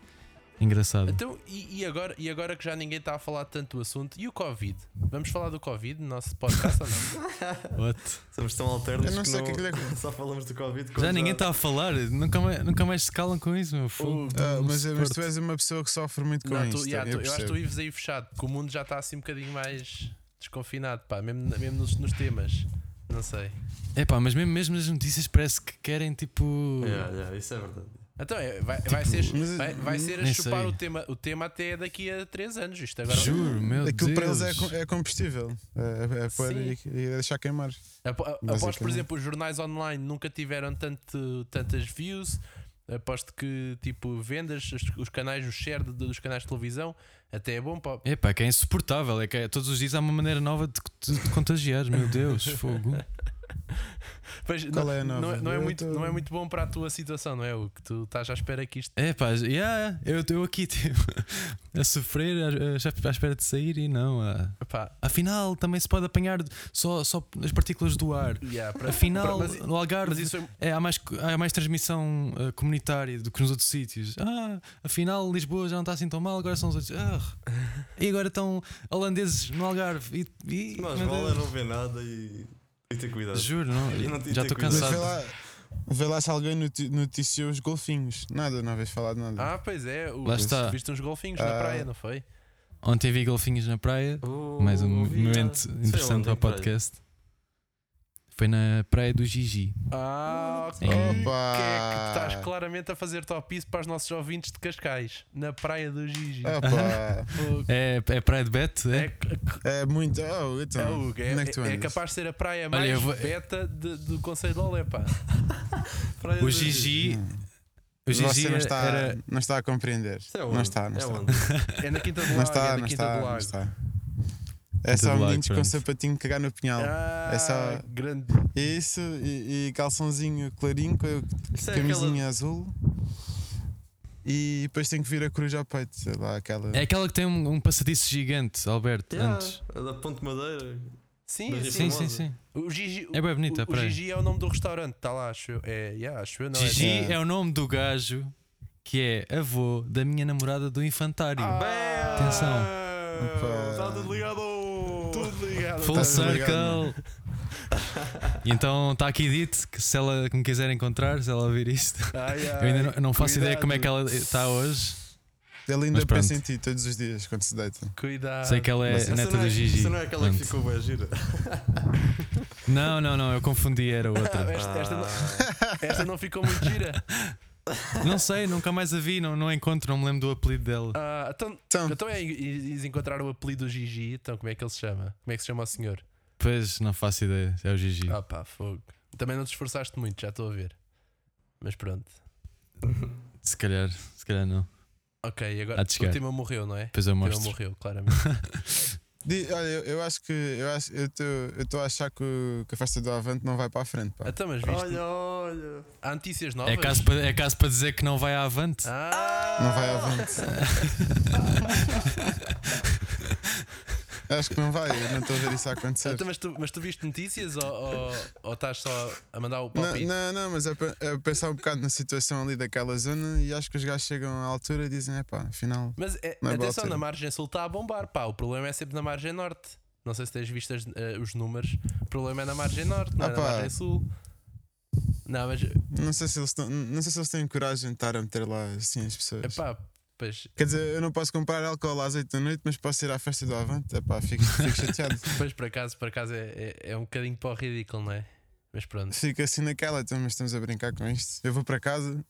A: engraçada.
C: Então, e, e agora, e agora que já ninguém está a falar tanto do assunto, e o Covid? Vamos falar do Covid no nosso podcast ou não?
A: What?
B: Somos tão alternos
D: Eu não sei o
B: que
D: que é que lhe
B: não... só falamos do Covid. quando
A: Já ninguém tá- está a falar, nunca mais, nunca mais se calam com isso, meu fogo.
D: Ah,
A: Então, Não
D: mas, mas
A: suporto.
D: tu és uma pessoa que sofre muito com
C: Não, tu-
D: isto. é,
C: yeah,
D: eu
C: tu- eu acho que
D: percebo.
C: tu vives aí fechado, porque o mundo já está assim um bocadinho mais desconfinado, pá, mesmo, mesmo nos, nos temas. Não sei.
A: É pá, mas mesmo, mesmo as notícias parece que querem tipo.
B: Yeah, yeah, isso é verdade.
C: Então, é, vai, vai ser,
D: mas-
C: vai, vai ser a
A: nem
C: chupar
A: sei.
C: o tema, o tema até daqui a 3 anos. Isto agora.
A: Juro, meu
D: Aquilo
A: Deus.
D: para eles é, com- é combustível. É, é, é pôr e, e deixar queimar.
C: Apo- a- Aposto, por
D: Basicamente.
C: exemplo, os jornais online nunca tiveram tanto, tantas views. Aposto que, tipo, vendas, os, os canais, o share de- dos canais de televisão, até é bom para.
A: É pá, que é insuportável. É que é- todos os dias há uma maneira nova de, de- de contagiar. Meu Deus, fogo.
C: Pois,
D: Qual
C: não,
D: é a nova?
C: não, é- não é
D: Eu
C: muito,
D: tô-
C: não é muito bom para a tua situação, não é? O que tu estás à espera que isto.
A: É pá, yeah, eu, eu aqui tipo, a sofrer, a- a- já à espera de sair e não. ah.
C: Pá,
A: Afinal, também se pode apanhar só, só as partículas do ar.
C: yeah, para-
A: Afinal,
C: mas-
A: no Algarve
C: mas isso é-
A: é, há, mais, há mais transmissão ah, comunitária do que nos outros sítios. Ah, afinal, Lisboa já não está assim tão mal, agora são os outros. Ah, e agora estão holandeses no Algarve. E, e-
B: Mas
A: meu
B: vale
A: Deus.
B: é não ver nada e, e ter cuidado.
A: Juro, não.
B: Eu não tinha
A: já
B: ter
A: estou
B: cuidado.
D: Mas
A: cansado.
D: vê lá, vê lá se alguém noti- noticiou os golfinhos. Nada, não havias falado nada.
C: Ah, pois é, o,
A: Lá está.
C: viste uns golfinhos
D: Ah.
C: na praia, não foi?
A: Ontem vi golfinhos na praia.
B: Oh,
A: Mais um
B: ouvi,
A: momento
B: ah, sei
A: interessante
B: onde,
A: ao
B: em praia.
A: podcast. Foi na praia do Gigi.
C: Ah, ok.
A: Em-
D: Opa!
C: Que é que estás claramente a fazer top isso para os nossos ouvintes de Cascais, na praia do Gigi.
D: Ah, Opa!
C: Fogo.
A: É, é praia de Beto?
C: É,
A: É?
D: É muito. Oh, então.
C: é, Hugo, é-
D: onde é que tu
C: é
D: andas?
C: capaz de ser a praia mais
A: eu vou-
C: beta de- do Conselho de Olé, pá.
B: Praia
A: O
B: do
A: Gigi. O
D: É. Você
A: Gigi
D: não está,
A: era.
D: não está a compreender.
B: Isto é onde?
D: não está, não
B: é
D: está.
B: onde?
C: É na Quinta do Lago.
D: Não
C: é
D: está,
C: na
D: não
C: Quinta
D: está,
C: do
D: não
C: Lago.
D: está. É só
A: do Lago,
D: meninos com
A: pronto.
D: sapatinho cagar no pinhal.
C: Ah,
D: É só-
C: grande.
D: É isso, e, e calçãozinho clarinho, com a
B: Isto é
D: camisinha azul. E depois tem que vir a coruja ao peito, sei lá, aquela.
A: É aquela que tem um, um passadiço gigante, Alberto,
B: aquela.
A: antes.
B: Yeah, é a da Ponte Madeira.
C: Sim,
B: Mas
C: sim.
B: isso
A: Sim, sim,
B: famosa.
A: sim.
C: O Gigi, o-
A: É bem bonita
C: o,
A: a
C: o
A: praia.
C: Gigi é o nome do restaurante, está lá, acho eu. É, yeah, acho eu, não é?
A: Gigi
D: é.
A: é o nome do gajo que é avô da minha namorada do infantário.
C: Ah,
A: Atenção.
D: Opa.
B: Está tudo ligado.
C: Tudo ligado.
A: Full
B: tá
D: Tá-se
A: circle. E então está aqui dito que se ela que me quiser encontrar, se ela ouvir isto,
C: Ai,
A: eu ainda não,
C: ai,
A: não faço ideia como é que
C: cuidado.
A: ela está hoje.
D: Ele ainda
A: Mas pronto.
D: pensa em ti todos os dias quando se deita.
C: Cuidado.
A: Sei que ela é
D: Mas
A: neta
B: não é,
A: do Gigi.
B: Essa não é aquela que
A: Pronto.
B: ficou bem gira.
A: Não, não, não, eu confundi, era outra.
C: Esta,
B: Ah,
C: esta não, esta não ficou muito gira.
A: não sei, nunca mais a vi, não, não encontro, não me lembro do apelido dela.
C: Ah, então,
D: Então,
C: então é is encontrar o apelido do Gigi. Então, como é que ele se chama? Como é que se chama o senhor?
A: Pois, não faço ideia, é o Gigi.
C: Ah, pá, fogo. Também não te esforçaste muito, já estou a ver. Mas pronto.
A: Se calhar, se calhar não.
C: Ok, e agora
A: Há de
C: o
A: chegar.
C: Timo morreu, não é?
A: Depois eu
C: O Timo
A: mostro.
C: morreu, claramente.
D: di- olha, eu, eu acho que eu acho, eu estou a achar que, o- que a festa do Avante não vai para a frente. Pá.
C: Então, mas viste,
B: Olha, olha.
C: há notícias novas?
A: É caso, para, é caso para dizer que não vai à avante.
C: Ah,
D: Não vai avante. Acho que não vai, eu não estou a ver isso a acontecer.
C: então, mas, tu, mas tu viste notícias ou, ou, ou estás só a mandar o
D: Não,
C: palpite?
D: não, não, mas é pe- é pensar um bocado na situação ali daquela zona e acho que os gajos chegam à altura e dizem: é pá, afinal.
C: Mas é-
D: Não é boa
C: atenção,
D: altura.
C: na margem sul está a bombar, pá. O problema é sempre na margem norte. Não sei se tens visto as- eh, os números. O problema é na margem norte, não
D: Ah,
C: é na
D: pá.
C: margem sul. Não, mas
D: Não sei se eles, tão- não sei se eles têm coragem de estar a meter lá assim as pessoas.
C: epá, pois,
D: Quer dizer, eu não posso comprar álcool às 8 da noite, mas posso ir à festa do Avante. Epá, fico, fico chateado.
C: pois por acaso, por acaso é, é, é um bocadinho para o ridículo, não é? Mas pronto.
D: Fico assim naquela, então, mas estamos a brincar com isto. Eu vou para casa,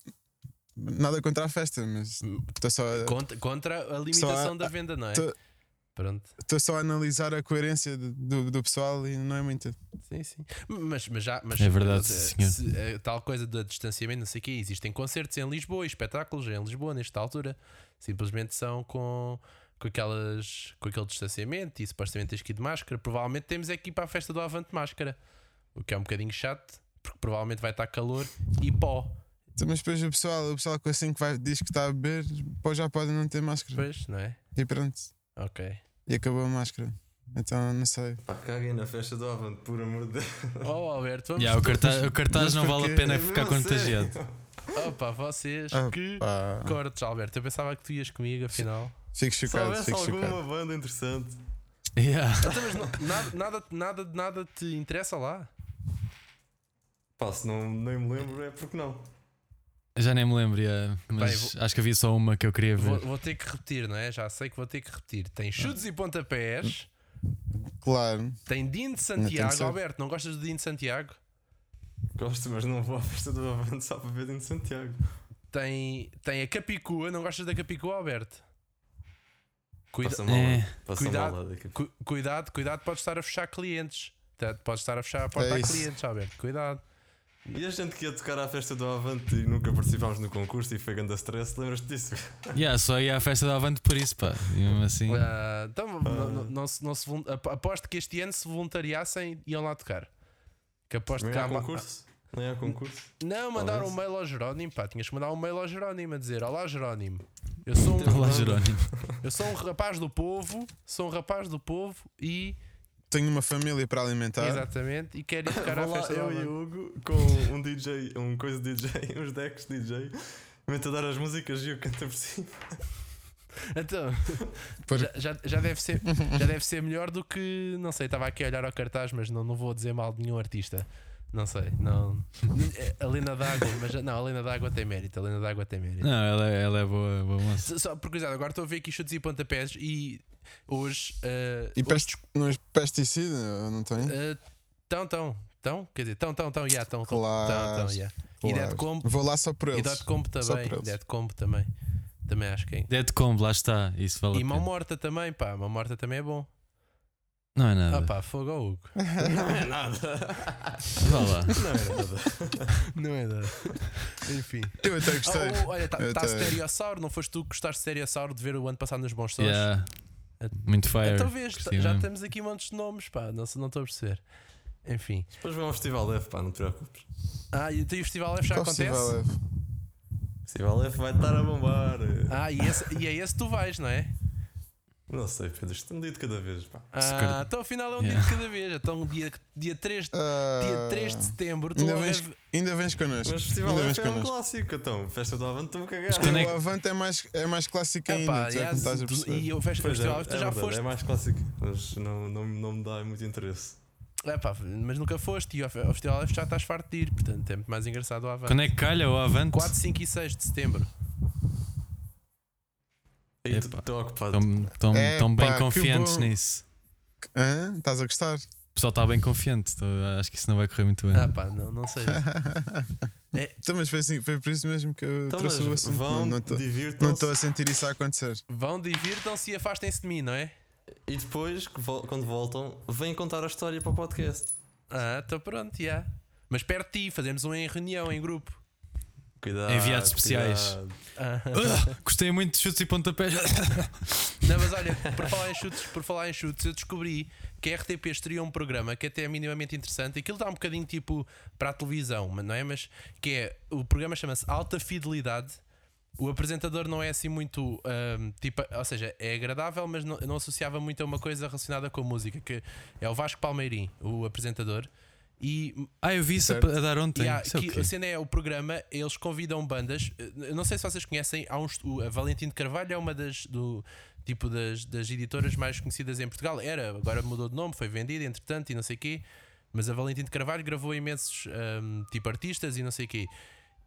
D: nada contra a festa, mas estou só, a-
C: Contra, contra a limitação da venda, não é?
D: tu-
C: Pronto,
D: estou só a analisar a coerência do- do, do pessoal e não é muito.
C: sim, sim. Mas, mas já. Mas,
A: É verdade,
C: mas,
A: sim,
C: eh,
A: senhor.
C: se, eh, tal coisa do distanciamento, não sei o quê. Existem concertos em Lisboa e espetáculos em Lisboa nesta altura. Simplesmente são com. Com, aquelas, com aquele distanciamento e supostamente tens que ir de máscara, provavelmente temos é que ir para a festa do Avante de máscara, o que é um bocadinho chato, porque provavelmente vai estar calor e pó.
D: Então, Mas depois o pessoal, o pessoal que assim que vai, diz que está a beber, depois já pode não ter máscara.
C: Pois, não é?
D: E pronto,
C: Ok.
D: e acabou a máscara. Então, não sei.
B: Pá, caguem na festa do Avante, por amor de Deus.
C: Oh, Alberto, vamos.
A: Yeah, o cartaz, o cartaz
D: mas
A: não vale a
D: porquê?
A: pena
B: É
A: ficar
B: mesmo a
A: contagiado.
B: sério.
C: Opa, vocês
D: Ah,
C: que
D: Pá,
C: cortes, Alberto. Eu pensava que tu ias comigo, afinal.
D: fico
B: Se
D: chocado,
B: houvesse
D: fico
B: alguma
D: chocado.
B: banda interessante.
A: Yeah.
C: Então, mas não- nada, nada, nada, nada te interessa lá.
B: Pá, se não nem me lembro, é porque não.
A: Já nem me lembro, yeah, mas acho que havia só uma que eu queria ver.
C: Vou, vou ter que repetir, não é? Já sei que vou ter que repetir. Tem chutes e pontapés.
D: Claro,
C: Tem Dino de
D: tem que
C: Santiago.
D: ser.
C: Alberto, não gostas do Dino de Santiago?
B: Gosto, mas não vou à festa do Avante só para ver Dino de Santiago.
C: Tem, tem a Capicua. Não gostas da Capicua, Alberto? Cuida-
B: Passa mal,
A: É.
B: passa
C: Cuidado.
B: mal. daqui a pouco.
C: cu- cuidado, cuidado, podes estar a fechar clientes. Tá- Podes estar a fechar a porta
D: É
C: a
D: isso.
C: clientes, Alberto. Cuidado.
B: E a gente que ia tocar à festa do Avante e nunca participámos no concurso e foi grande stress, lembras-te disso?
A: Yeah, só ia à festa da Avante por isso, pá. E mesmo assim.
C: Ah, então, não, não- não se- não se volun- ap- aposto que este ano se voluntariassem iam lá tocar. Que aposto
B: Nem
C: que há
B: há
C: ma-
B: concurso? Nem há concurso?
C: Não, mandaram um
B: Talvez.
C: mail ao Jerónimo, pá. Tinhas que mandar um mail ao Jerónimo a dizer: Olá, Jerónimo. Eu sou um,
A: Olá, Jerónimo.
C: eu sou um rapaz do povo, sou um rapaz do povo e.
D: Tenho uma família para alimentar.
C: Exatamente, e quero ir tocar à
B: Vou lá,
C: festa da
B: eu e
C: Havana.
B: o Hugo com um DJ, um coisa de DJ, uns decks de DJ. Mete a dar as músicas e eu canto por cima.
C: Então,
D: Por-
C: já, já, já deve ser, já deve ser melhor do que. Não sei, estava aqui a olhar ao cartaz, mas não, não vou dizer mal de nenhum artista. Não sei, não. É, A Lena D'Água, mas não, a Lena D'Água tem mérito. A Lena D'Água tem mérito.
A: Não, ela, é- ela é boa, boa moça.
C: Só- Só por curiosidade, agora estou a ver aqui chutes e pontapés e hoje. eh,
D: E pest... não é pesticida, eu não tenho?
C: eh, Tão, tão, tão, quer dizer, tão, tão, tão, já, tão, tão,
D: Claro,
C: tão, tão, já. tá, E
D: claro.
C: Dead Combo,
D: Vou lá só por
C: e
D: eles.
C: Dead Combo
D: Só
C: também,
D: por eles.
C: Dead Combo também, também acho que é.
A: Dead Combo, lá está. Isso vale a
C: E Mão
A: pena.
C: Morta também, pá, Mão Morta também é bom.
A: Não é
C: Ah
A: nada.
C: pá, fogo ao Hugo.
B: Não é nada.
A: Vá lá.
B: Não é nada.
C: Não é nada. Enfim.
D: Eu até gostei.
C: Oh, oh, olha, está
D: Eu
C: tá
D: até-
C: Stereossauro, não foste tu que gostaste de Stereossauro de ver o ano passado nos bons sons?
A: Yeah. Muito fire.
C: Então vês,
A: Gostei
C: já
A: mesmo.
C: temos aqui montes de nomes, pá, não sei- não estou a perceber. Enfim.
B: Depois vão ao Festival F, pá, não te preocupes.
C: Ah, e o Festival F já
D: Qual
C: acontece?
D: festival é?
B: O Festival F vai estar a bombar.
C: Ah, e, esse, e é esse que tu vais, não é?
B: Não sei, Pedro, isto é um dia de cada vez, pá.
A: calhar-
C: Ah, então afinal é um dia de cada vez. Então dia, dia, 3, de-
D: Ah,
C: dia 3 de setembro, tu
D: ainda
C: logo
D: vens,
C: deve-
D: Ah, ainda vens connosco.
B: Mas o Festival
D: ainda vens
B: F é um
D: connosco.
B: clássico, então. Festa do Avante, estou-me a cagar.
A: quando é
D: O Avante é mais, é mais clássico
C: Ah,
D: ainda.
C: pá,
D: tu é que
C: yeah,
D: me estás a
C: tu-
D: perceber.
C: e o festival
B: Pois é, é,
C: tu já
B: verdade,
C: foste.
B: é mais clássico, mas não, não, não me dá muito interesse.
C: É pá, mas nunca foste e ao fe- ao Festival F já estás farto de ir, portanto é muito mais engraçado o Avante.
A: Quando é que calha o Avante?
C: 4, 5 e 6 de setembro.
B: Aí
A: Epá. Então,
B: estou ocupado.
A: Estão tão,
D: É,
A: tão bem
D: pá, que
A: confiantes
D: bom.
A: nisso.
D: Hã? Estás a gostar?
A: O pessoal está bem confiante. Tô- acho que isso não vai correr muito bem.
C: Ah pá, não, não sei.
D: Então, mas foi, assim, foi por isso mesmo que eu
B: Então, mas
D: trouxe o assunto.
B: vão,
D: não estou a
B: divirtam-se
D: sentir isso a acontecer.
C: Vão, divirtam-se e afastem-se de mim, não é?
B: e depois, que vol- quando voltam, vêm contar a história para o podcast.
C: Ah, estou pronto, já. Mas perto de ti, fazemos uma em reunião, em grupo.
B: Cuidado.
A: Enviados especiais.
B: cuidado.
C: Ah.
A: Ah, gostei muito de chutes e pontapés.
C: Não, mas olha, por falar em chutes, por falar em chutes, eu descobri que a RTP estreou um programa que até é minimamente interessante. Aquilo dá um bocadinho tipo para a televisão, mas não é? Mas que é o programa chama-se Alta Fidelidade. O apresentador não é assim muito ahm, tipo, ou seja, é agradável, mas não, eu não associava muito a uma coisa relacionada com a música, que é o Vasco Palmeirim, o apresentador. E
A: Ah, eu vi isso a,
D: Certo.
A: a dar ontem.
C: e há-
A: Isso é o
C: que
A: quê?
C: a cena é o programa, eles convidam bandas. eh, eu Não sei se vocês conhecem, há uns, o a Valentim de Carvalho é uma das do tipo das, das editoras mais conhecidas em Portugal. Era, agora mudou de nome, foi vendida, entretanto, e não sei quê. Mas a Valentim de Carvalho gravou imensos ahm, tipo artistas e não sei quê.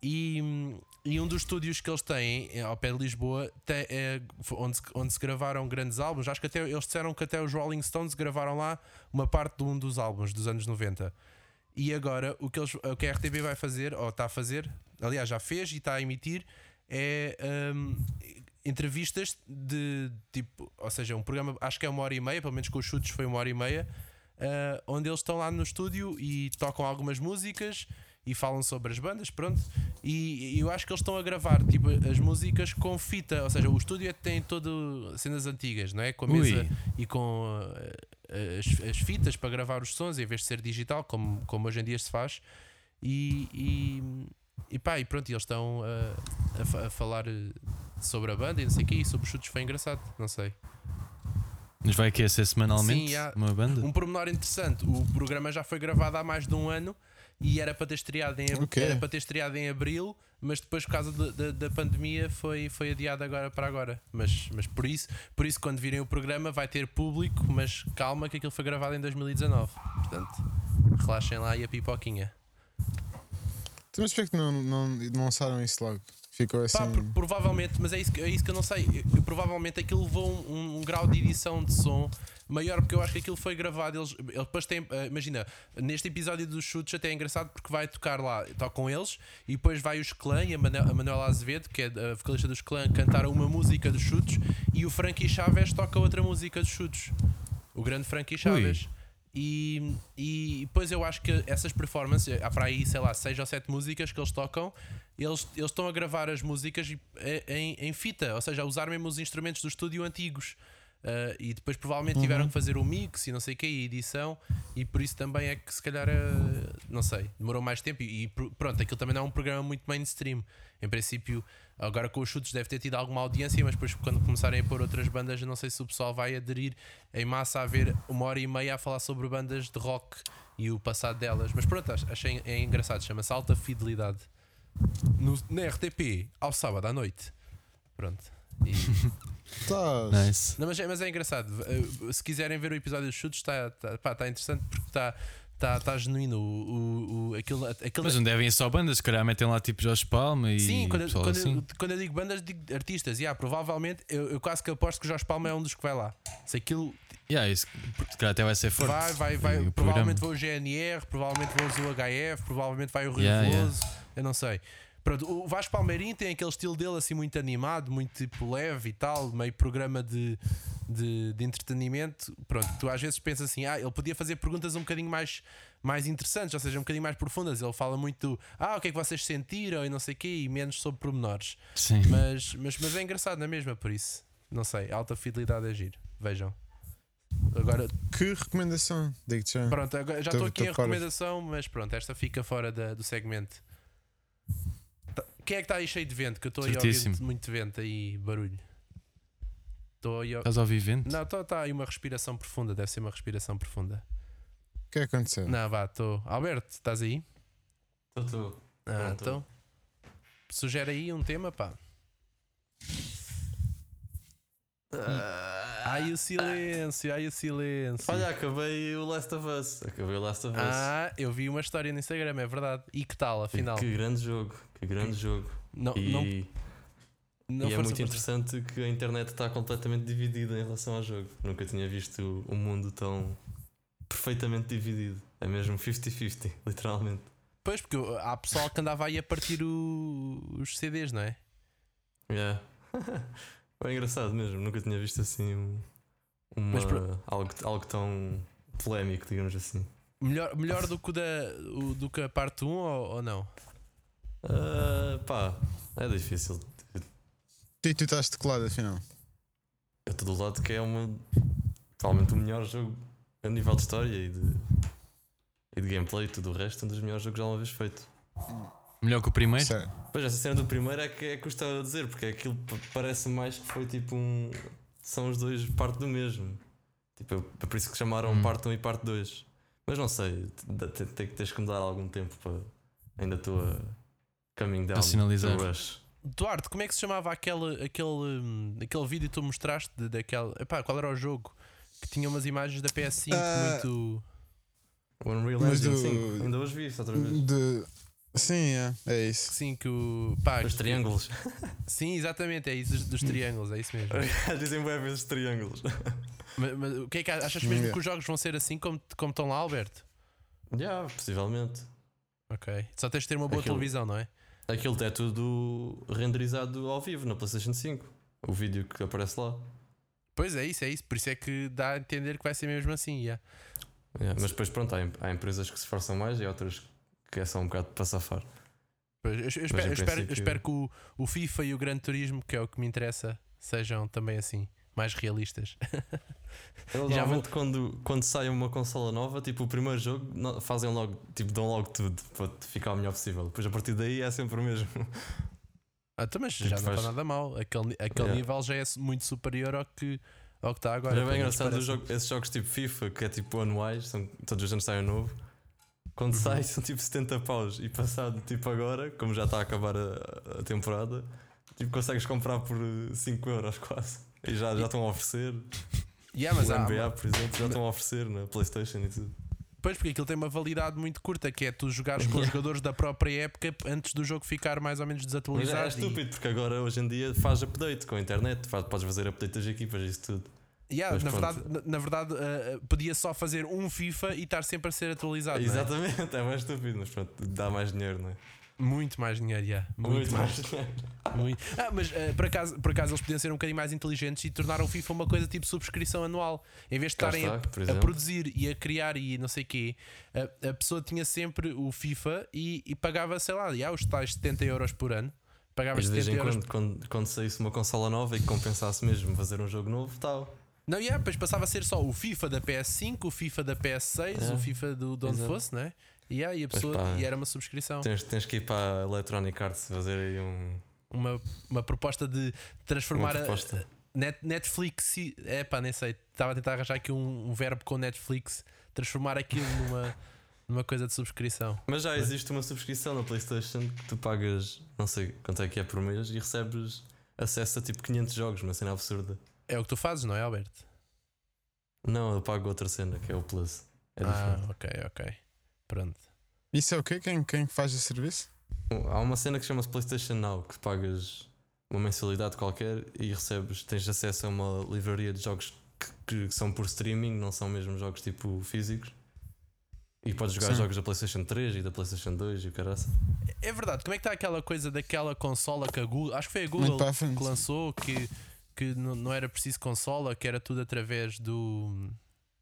C: E, hum, e um dos estúdios que eles têm eh, ao pé de Lisboa, tem, é, f- onde, se- onde se gravaram grandes álbuns, acho que até eles disseram que até os Rolling Stones gravaram lá uma parte de um dos álbuns dos anos 90. E agora o que, eles, o que a RTP vai fazer, ou está a fazer, aliás, já fez e está a emitir, é hum, entrevistas de tipo, ou seja, um programa, acho que é uma hora e meia, pelo menos com os chutes foi uma hora e meia, ah, onde eles estão lá no estúdio e tocam algumas músicas e falam sobre as bandas, pronto. E, e eu acho que eles estão a gravar tipo, as músicas com fita, ou seja, o estúdio é- tem todo cenas antigas, não é? Com a
A: Ui.
C: mesa e com eh, as, as fitas para gravar os sons em vez de ser digital, como, como hoje em dia se faz. E, e, e pá, e pronto, e eles estão eh, a, fa- a falar eh, sobre a banda e não sei o quê, e sobre os chutes foi engraçado, não sei.
A: Mas vai que ser semanalmente?
C: Sim, há-
A: Uma banda?
C: Um pormenor interessante, o programa já foi gravado há mais de um ano e era para ter estreado em, ab-
D: Ok.
C: era para ter estreado em abril, mas depois por causa da- da- da pandemia foi, foi adiado agora para agora. Mas, mas por, isso, por isso, quando virem o programa, vai ter público, mas calma que aquilo foi gravado em 2019. Portanto, relaxem lá e a pipoquinha.
D: Então, Mas porquê que não, não, não lançaram isso logo? Ficou assim.
C: Pá, por- provavelmente, mas é isso, que- é isso que eu não sei. Eu- provavelmente aquilo levou um, um- um grau de edição de som maior, porque eu acho que aquilo foi gravado. Eles, eles depois têm, ah, imagina, neste episódio dos chutes até é engraçado porque vai tocar lá, tocam eles, e depois vai os Clã e a, Mane- a Manuela Azevedo, que é a vocalista dos Clã, cantar uma música dos chutes, e o Frankie Chaves toca outra música dos chutes. O grande Frankie Chaves. E, e depois eu acho que essas performances, há para aí, sei lá, seis ou sete músicas que eles tocam, eles, eles estão a gravar as músicas e- em, em fita, ou seja, a usar mesmo os instrumentos do estúdio antigos. Ah, e depois provavelmente tiveram que fazer o mix e não sei o que, e edição, e por isso também é que se calhar, ah, não sei, demorou mais tempo. E, e pr- pronto, aquilo também não é um programa muito mainstream. Em princípio, agora com os chutes deve ter tido alguma audiência, mas depois quando começarem a pôr outras bandas, eu não sei se o pessoal vai aderir em massa a ver uma hora e meia a falar sobre bandas de rock e o passado delas. Mas pronto, ach- achei é engraçado, chama-se Alta Fidelidade. No, na RTP, ao sábado à noite. Pronto. E-
D: Tá.
A: Nice.
C: não, mas, é, mas é engraçado. Uh, Se quiserem ver o episódio dos chutes, está tá, pá, tá interessante porque está tá, tá genuíno. O, o, o, aquilo, aquilo
A: Mas não devem ir só bandas, se calhar metem lá tipo Jorge Palma e
C: Sim, quando, eu-
A: pessoal
C: quando, eu-
A: assim.
C: quando eu digo bandas, digo artistas. Yeah, provavelmente, eu, eu quase que aposto que o Jorge Palma é um dos que vai lá. Se aquilo
A: Yeah, isso, porque se calhar até vai ser forte.
C: vai, vai, vai.
A: e o
C: Provavelmente
A: programa.
C: vai o GNR, provavelmente vai o HF, provavelmente vai o Rio
A: Yeah, yeah.
C: Veloso, Eu não sei. Pronto, o Vasco Palmeirinho tem aquele estilo dele assim muito animado, muito tipo leve e tal, meio programa de, de, de entretenimento. Pronto, tu às vezes pensas assim, ah, ele podia fazer perguntas um bocadinho mais, mais interessantes, ou seja, um bocadinho mais profundas. Ele fala muito, do, ah, o que é que vocês sentiram e não sei o quê, e menos sobre pormenores.
A: Sim.
C: Mas, mas, mas é engraçado na mesma, por isso. Não sei, alta fidelidade a giro. Vejam. Agora
D: Que recomendação, digo-te já.
C: Pronto, agora já
D: Tô-
C: estou aqui
D: tô
C: em
D: fora.
C: recomendação, mas pronto, esta fica fora da- do segmento. Tá- Quem é que está aí cheio de vento? Que eu estou aí a ouvir
A: Certíssimo.
C: muito vento aí, barulho. Estou aí. a-
A: Estás a ouvir vento?
C: Não, está aí uma respiração profunda, deve ser uma respiração profunda.
D: O que é que aconteceu?
C: Não, vá, estou. Alberto, estás aí?
B: Estou, estou.
C: Ah,
B: Não, tô.
C: então. Sugere aí um tema, pá. Ai o silêncio, ai o silêncio.
B: Ah. Olha, acabei o Last of Us. Acabei o Last of Us.
C: ah, eu vi uma história no Instagram, é verdade. E que tal, afinal?
B: Que grande jogo, que grande jogo.
C: Não,
B: E,
C: não, não
B: e é
C: força,
B: muito
C: força.
B: interessante que a internet está completamente dividida em relação ao jogo. Nunca tinha visto um mundo tão perfeitamente dividido. É mesmo 50-50, literalmente.
C: Pois, porque uh, há pessoal que andava aí a partir o- os CDs, não é?
B: Yeah. é engraçado mesmo, nunca tinha visto assim um, uma-
C: Mas pro-
B: algo, algo tão polémico, digamos assim.
C: Melhor, melhor do, que o da, o- do que a parte 1 ou, ou não?
B: Ah, pá, é difícil.
D: E tu estás teclado, afinal.
B: Eu estou do lado que é uma, provavelmente o melhor jogo a nível de história e de, e de gameplay e tudo o resto, um dos melhores jogos já uma vez feito.
A: Melhor que o
C: É?
A: primeiro?
D: Sério.
B: Pois, essa cena do primeiro é que é que eu estava a dizer, porque aquilo pa- parece mais que foi tipo um. São os dois parte do mesmo. Tipo, é por isso que chamaram
A: Hum.
B: parte 1 e parte 2. Mas não sei, te- te- te- tens que me dar algum tempo para. Ainda estou a. Caminho down.
A: Para sinalizar.
B: do Rush.
C: Duarte, como é que se chamava aquele, aquele, hum, aquele vídeo que tu mostraste de- daquele. Epá, qual era o jogo? Que tinha umas imagens da PS5
D: Ah.
C: muito.
B: O Unreal
D: Mas
B: Engine
D: do-
B: 5. Ainda hoje vi isso outra vez.
D: De... Sim, é, é isso.
C: Sim, que o. Pá,
B: Os
C: que-
B: triângulos.
C: Sim, exatamente, é isso, dos, dos triângulos, é isso mesmo.
B: Dizem bem vezes triângulos.
C: mas, mas o que é que achas mesmo
D: Yeah.
C: que os jogos vão ser assim como, como estão lá, Alberto?
B: Já, possivelmente.
C: Ok. Só tens de ter uma boa
B: Aquilo-
C: televisão, não é?
B: Aquilo é tudo renderizado ao vivo na PlayStation 5. O vídeo que aparece lá.
C: Pois é, isso é isso. Por isso é que dá a entender que vai ser mesmo assim, yeah.
B: Yeah, mas depois, pronto, há, em- há empresas que se esforçam mais e outras que é só um bocado para safar.
C: Pois, eu, eu espero, eu espero,
B: em
C: eu
B: princípio-
C: espero que o, o FIFA e o Gran Turismo, que é o que me interessa, sejam também assim, mais realistas.
B: Eles,
C: Já
B: normalmente, quando, quando sai uma consola nova, tipo, o primeiro jogo, no- fazem logo, tipo, dão logo tudo para te ficar o melhor possível. Depois, a partir daí, é sempre o mesmo.
C: Ah, então, mas já
B: Tipo,
C: não está
B: faz-
C: nada mal. Aquele, ni- aquele
B: Yeah.
C: nível já é su- muito superior ao que, ao que está agora.
B: Olha, é
C: pelo
B: bem
C: menos
B: engraçado os
C: parece-me.
B: jogo, esses jogos tipo FIFA, que é tipo anuais, são, todos os anos saem um novo. Quando sai, são tipo 70 paus. E passado, tipo agora, como já está a acabar a, a temporada, tipo, consegues comprar por 5 euros quase. E já, já estão a oferecer.
C: Yeah, mas
B: o
C: há-
B: NBA, por exemplo, já estão a oferecer na PlayStation e tudo.
C: Pois, porque aquilo tem uma validade muito curta, que é tu jogares com os jogadores da própria época antes do jogo ficar mais ou menos
B: Mas
C: desatualizado.
B: é
C: e-
B: estúpido, porque agora hoje em dia faz update com a internet, faz, podes fazer update das equipas e isso tudo.
C: Yeah,
B: Mas
C: na,
B: pronto.
C: verdade, na, na verdade, ah, ah, podia só fazer um FIFA e estar sempre a ser atualizado. não é?
B: Exatamente, é mais estúpido, mas pronto, dá mais dinheiro, não é?
C: Muito mais dinheiro, yeah. muito, mais.
B: dinheiro.
C: Muito. Ah, mas eh, por, acaso, por acaso eles podiam ser um bocadinho mais inteligentes e tornar o FIFA uma coisa tipo subscrição anual. Em vez de
B: Cá
C: estarem a,
B: está, por
C: a
B: exemplo.
C: produzir e a criar e não sei o quê, a, a pessoa tinha sempre o FIFA e, e pagava, sei lá, já, os tais 70 euros por ano. Pagava
B: Mas de vez
C: 70
B: em
C: euros.
B: quando, quando, quando saísse uma consola nova e que compensasse mesmo fazer um jogo novo, tal.
C: Não, yeah, depois passava a ser só o FIFA da PS5, o FIFA da PS6,
B: É.
C: o FIFA do de onde
B: Exato.
C: fosse, né? E, yeah, e a
B: Pois
C: pessoa
B: pá.
C: e era uma subscrição.
B: Tens, tens que ir para a Electronic Arts fazer aí um,
C: Uma, uma proposta de transformar
B: uma
C: a-
B: proposta.
C: Net- Netflix. É pá, nem sei. Estava a tentar arranjar aqui um, um verbo com Netflix. Transformar aquilo numa, numa coisa de subscrição.
B: Mas já existe uma subscrição na PlayStation que tu pagas não sei quanto é que é por mês e recebes acesso a tipo 500 jogos, uma cena absurda.
C: É o que tu fazes, não é, Alberto?
B: Não, eu pago outra cena que é o Plus. É
C: ah,
B: diferente.
C: ok, ok. Pronto.
D: Isso é o quê? Quem, quem faz o serviço?
B: Há uma cena que chama-se PlayStation Now que pagas uma mensalidade qualquer e recebes, tens acesso a uma livraria de jogos que, que são por streaming, não são mesmo jogos tipo físicos. E podes jogar
D: Sim.
B: jogos da PlayStation 3 e da PlayStation 2 e o caraça.
C: É verdade. Como é que está aquela coisa daquela consola que a Google. Acho que foi a
D: Muito
C: Google
D: para a frente.
C: que lançou que, que n- não era preciso consola, que era tudo através do.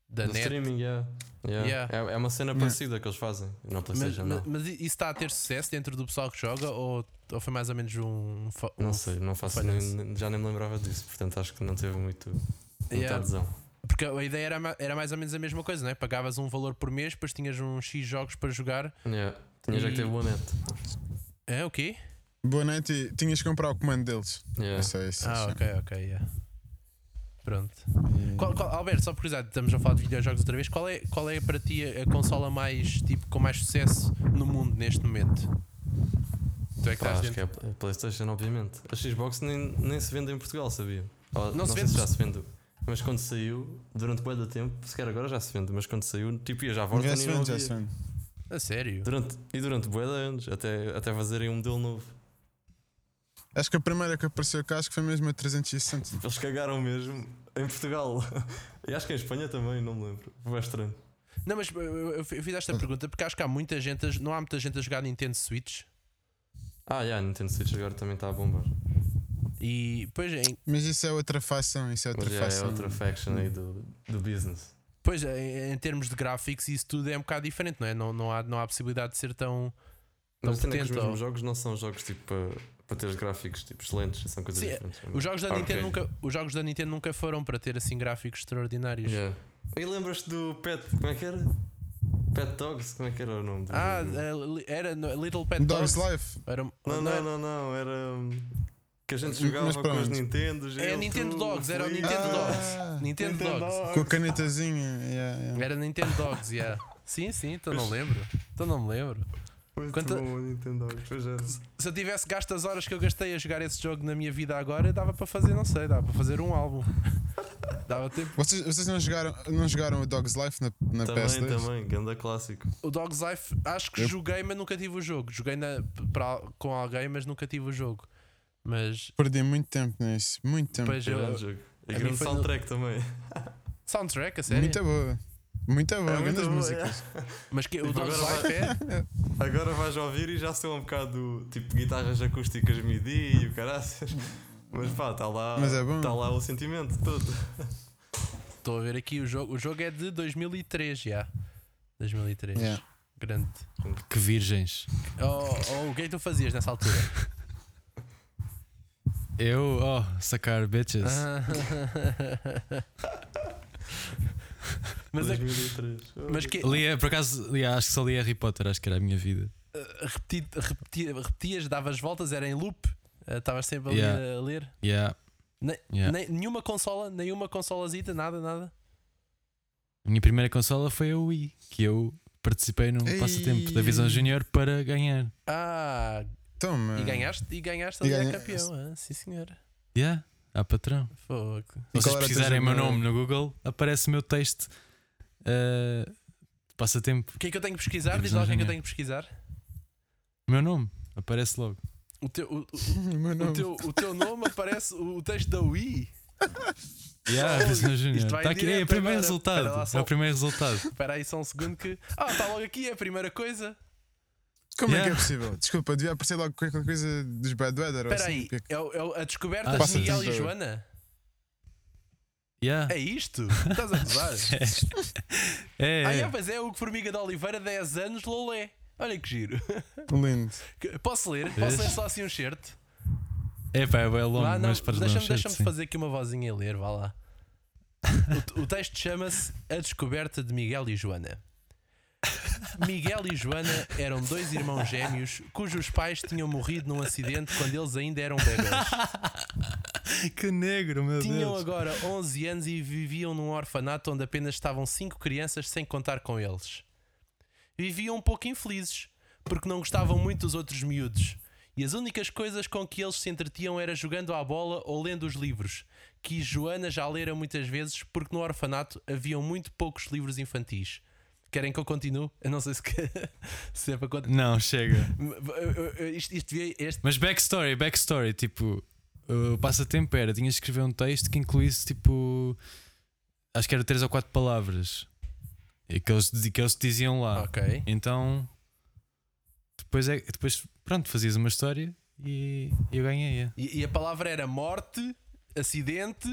C: da
B: No
C: net.
B: streaming, yeah. Yeah.
C: Yeah.
B: É, é uma cena
D: Yeah.
B: parecida que eles fazem na
C: Mas,
B: PlayStation Now.
C: mas- mas isso está a ter sucesso dentro do pessoal que joga ou, ou foi mais ou menos um, fa- um
B: Não sei, não faço
C: falhanço.
B: nem- nem- já nem me lembrava disso, portanto acho que não teve muito muita
C: Yeah.
B: adesão.
C: Porque a ideia era, ma- era mais ou menos a mesma coisa, não é? Pagavas um valor por mês, depois tinhas uns X jogos para jogar.
B: Yeah. Tinha já que
C: E-
B: teve boa net.
C: É o quê?
D: Boa noite e tinhas que comprar o comando deles.
B: Yeah.
D: É só isso.
C: Ah,
D: sim.
C: ok, ok, yeah. Pronto.
D: E-
C: Qual, qual- Alberto, só por curiosidade, estamos a falar de videojogos outra vez. Qual é, qual é para ti a, a consola mais, tipo, com mais sucesso no mundo neste momento? Tu é que
B: Pá,
C: estás
B: acho que é
C: dentro.
B: a PlayStation, obviamente. A Xbox nem, nem se vende em Portugal, sabia? Ou,
C: Não
B: não
C: se
B: sei
C: vende?
B: se já se vende. Mas quando saiu, durante bué da tempo, sequer agora já se vende, mas quando saiu, tipo, ia já à volta
D: Já
B: e
D: se
B: não
D: vende, já
B: havia.
D: se vende.
B: é-
C: A sério.
B: durante, E durante bué de anos, até, até fazerem um modelo novo.
D: Acho que a primeira que apareceu cá acho que foi mesmo a 360.
B: Eles cagaram mesmo em Portugal. e acho que em Espanha também, não me lembro. Foi estranho.
C: Não, mas eu, eu- eu fiz esta pergunta porque acho que há muita gente, a, não há muita gente a jogar Nintendo Switch.
B: Ah, já, Nintendo Switch agora também está a bombar.
C: E pois, em,
D: Mas isso é outra facção, isso é outra
B: Mas já é
D: facção.
B: outra faction aí do, do business.
C: pois em, em termos de gráficos, isso tudo é um bocado diferente, não é? Não, não, há, não há possibilidade de ser tão. Tão
B: Mas tendo que os
C: potente, ou-
B: mesmos jogos não são jogos tipo para, para ter os gráficos tipo, excelentes, são coisas
C: Sim,
B: diferentes.
C: Os jogos, da
B: Ah,
C: Nintendo
B: ok.
C: nunca, os jogos da Nintendo nunca foram para ter assim gráficos extraordinários.
B: Yeah. E lembras-te do Pet, como é que era? Pet Dogs, como é que era o nome do
C: Ah,
B: jogo?
C: eh, li- era no- Little Pet Dogs.
D: Um Dogs Life.
C: Era, um, não,
B: Uhum.
C: é-
B: não, não,
C: era-
B: não, não, era hum, que a gente
D: Mas
B: jogava
D: para
B: com os
D: onde?
B: Nintendos.
C: É
B: ele,
C: Nintendo
B: tu,
C: Dogs, era o
B: Felipe.
C: Nintendo Dogs.
D: Ah,
C: Nintendo, Dogs.
D: Com a canetazinha. yeah, yeah.
C: Era Nintendo Dogs, yeah. Sim, sim, então não lembro. Então não me lembro.
B: Muito
C: Quanta-
B: bom, o Nintendo Dogs, pois é.
C: Se eu tivesse gasto as horas que eu gastei a jogar esse jogo na minha vida agora, dava para fazer, não sei, dava para fazer um álbum. dava tempo.
D: Vocês, vocês não, jogaram, não jogaram o Dogs Life na, na
B: É. Também,
D: PS2?
B: também, ganda clássico.
C: O Dog's Life, acho que
D: Eu-
C: joguei, mas nunca tive o jogo. Joguei na- pra- com alguém, mas nunca tive o jogo. Mas
D: Perdi muito tempo nisso, muito tempo.
C: depois eu.
B: Grande jogo. E
C: a mim
B: grande
C: foi no-
B: soundtrack também.
C: Soundtrack, a sério?
D: Muito boa. Muito boa,
B: É muito
D: grandes
B: boa,
D: músicas.
C: Mas que, o
B: Tipo,
C: Dog's
B: agora
C: Life é.
B: Agora vais ouvir e já são um bocado tipo guitarras acústicas MIDI e o caraças. Mas pá, está lá,
D: Mas é bom.
B: tá lá o sentimento todo.
C: Estou a ver aqui o jogo. O jogo é de 2003 já. 2003.
D: Yeah.
C: Grande.
A: Que virgens.
C: Oh, oh, o que é que tu fazias nessa altura?
A: Eu, oh, sacar bitches.
C: Ah, mas, a-
B: 2003.
C: mas que.
A: Lia, por acaso, lia, acho que só lia Harry Potter, acho que era a minha vida.
C: eh, repeti- repeti- repetias, davas voltas, era em loop. eh, Estavas sempre ali
A: Yeah.
C: a ler.
A: Yeah.
C: Ne-
A: yeah.
C: Nem- nenhuma consola, nenhuma consolazita, nada, nada.
A: A minha primeira consola foi a Wii, que eu participei num
D: Ei.
A: passatempo da Visão Júnior para ganhar.
C: Ah,
D: Toma.
C: e ganhaste, e ganhaste
D: Hum. E
C: ali a
D: ganha-
C: campeão. Ah, sim, senhor.
A: Yeah, a patrão.
C: Fogo.
D: E
A: Se
D: qual era
A: vocês
D: o teu
A: pesquisarem o
D: jogo
A: meu
D: da-
A: nome no Google, aparece o meu texto uh, de passatempo.
C: O que é que eu tenho que pesquisar? Diz
A: Divisão
C: lá o que é que eu
A: Júnior.
C: tenho que pesquisar.
A: O meu nome aparece logo.
C: O teu, o, o-
D: O meu
C: o
D: nome.
C: teu, o teu nome aparece, o texto da Wii.
A: Yeah, a Visão Júnior.
C: vai
A: Está aqui. É
C: direto
A: o primeiro
C: agora.
A: resultado.
C: Espera lá só.
A: É o primeiro resultado.
C: Espera aí só um segundo que. Ah, está logo aqui, é a primeira coisa.
D: Como é que
A: Yeah.
D: é possível? Desculpa, devia aparecer logo qualquer coisa dos Bad Weather. ou
C: Espera
D: assim,
C: aí,
D: porque-
C: é, o- é o- a descoberta
A: Ah,
C: de
A: passa-te
C: Miguel e
D: tudo.
C: Joana.
A: Yeah.
C: É isto? Estás a gozar?
A: É,
C: Ah,
A: é.
C: é, pois é, Hugo Formiga de Oliveira, 10 anos, lolé. Olha que giro.
D: Lindo.
C: Que- Posso ler? Posso
A: Vês?
C: ler só assim um certo?
A: É pá, é bem longo,
C: Vá, não,
A: mas podes dar um
C: Deixa-me
A: certo,
C: deixa-me
A: sim.
C: fazer aqui uma vozinha e ler, vá lá. O, o texto chama-se A Descoberta de Miguel e Joana. Miguel e Joana eram dois irmãos gêmeos cujos pais tinham morrido num acidente quando eles ainda eram bebês.
A: que negro, meu
C: Tinham
A: Deus.
C: agora 11 anos e viviam num orfanato onde apenas estavam 5 crianças sem contar com eles. Viviam um pouco infelizes, porque não gostavam muito dos outros miúdos. E as únicas coisas com que eles se entretiam era jogando à bola ou lendo os livros, que Joana já lera muitas vezes, porque no orfanato haviam muito poucos livros infantis. Querem que eu continue? Eu não sei se, que- se é para continuar.
A: Não, chega.
C: Isto, isto devia- este-
A: Mas backstory, backstory, tipo, o passatempo era, tinhas de escrever um texto que incluísse tipo acho que era três ou quatro palavras e que eles, que eles te diziam lá.
C: Ok.
A: Então depois é depois pronto, fazias uma história e eu ganhei.
C: E, e a palavra era morte, acidente,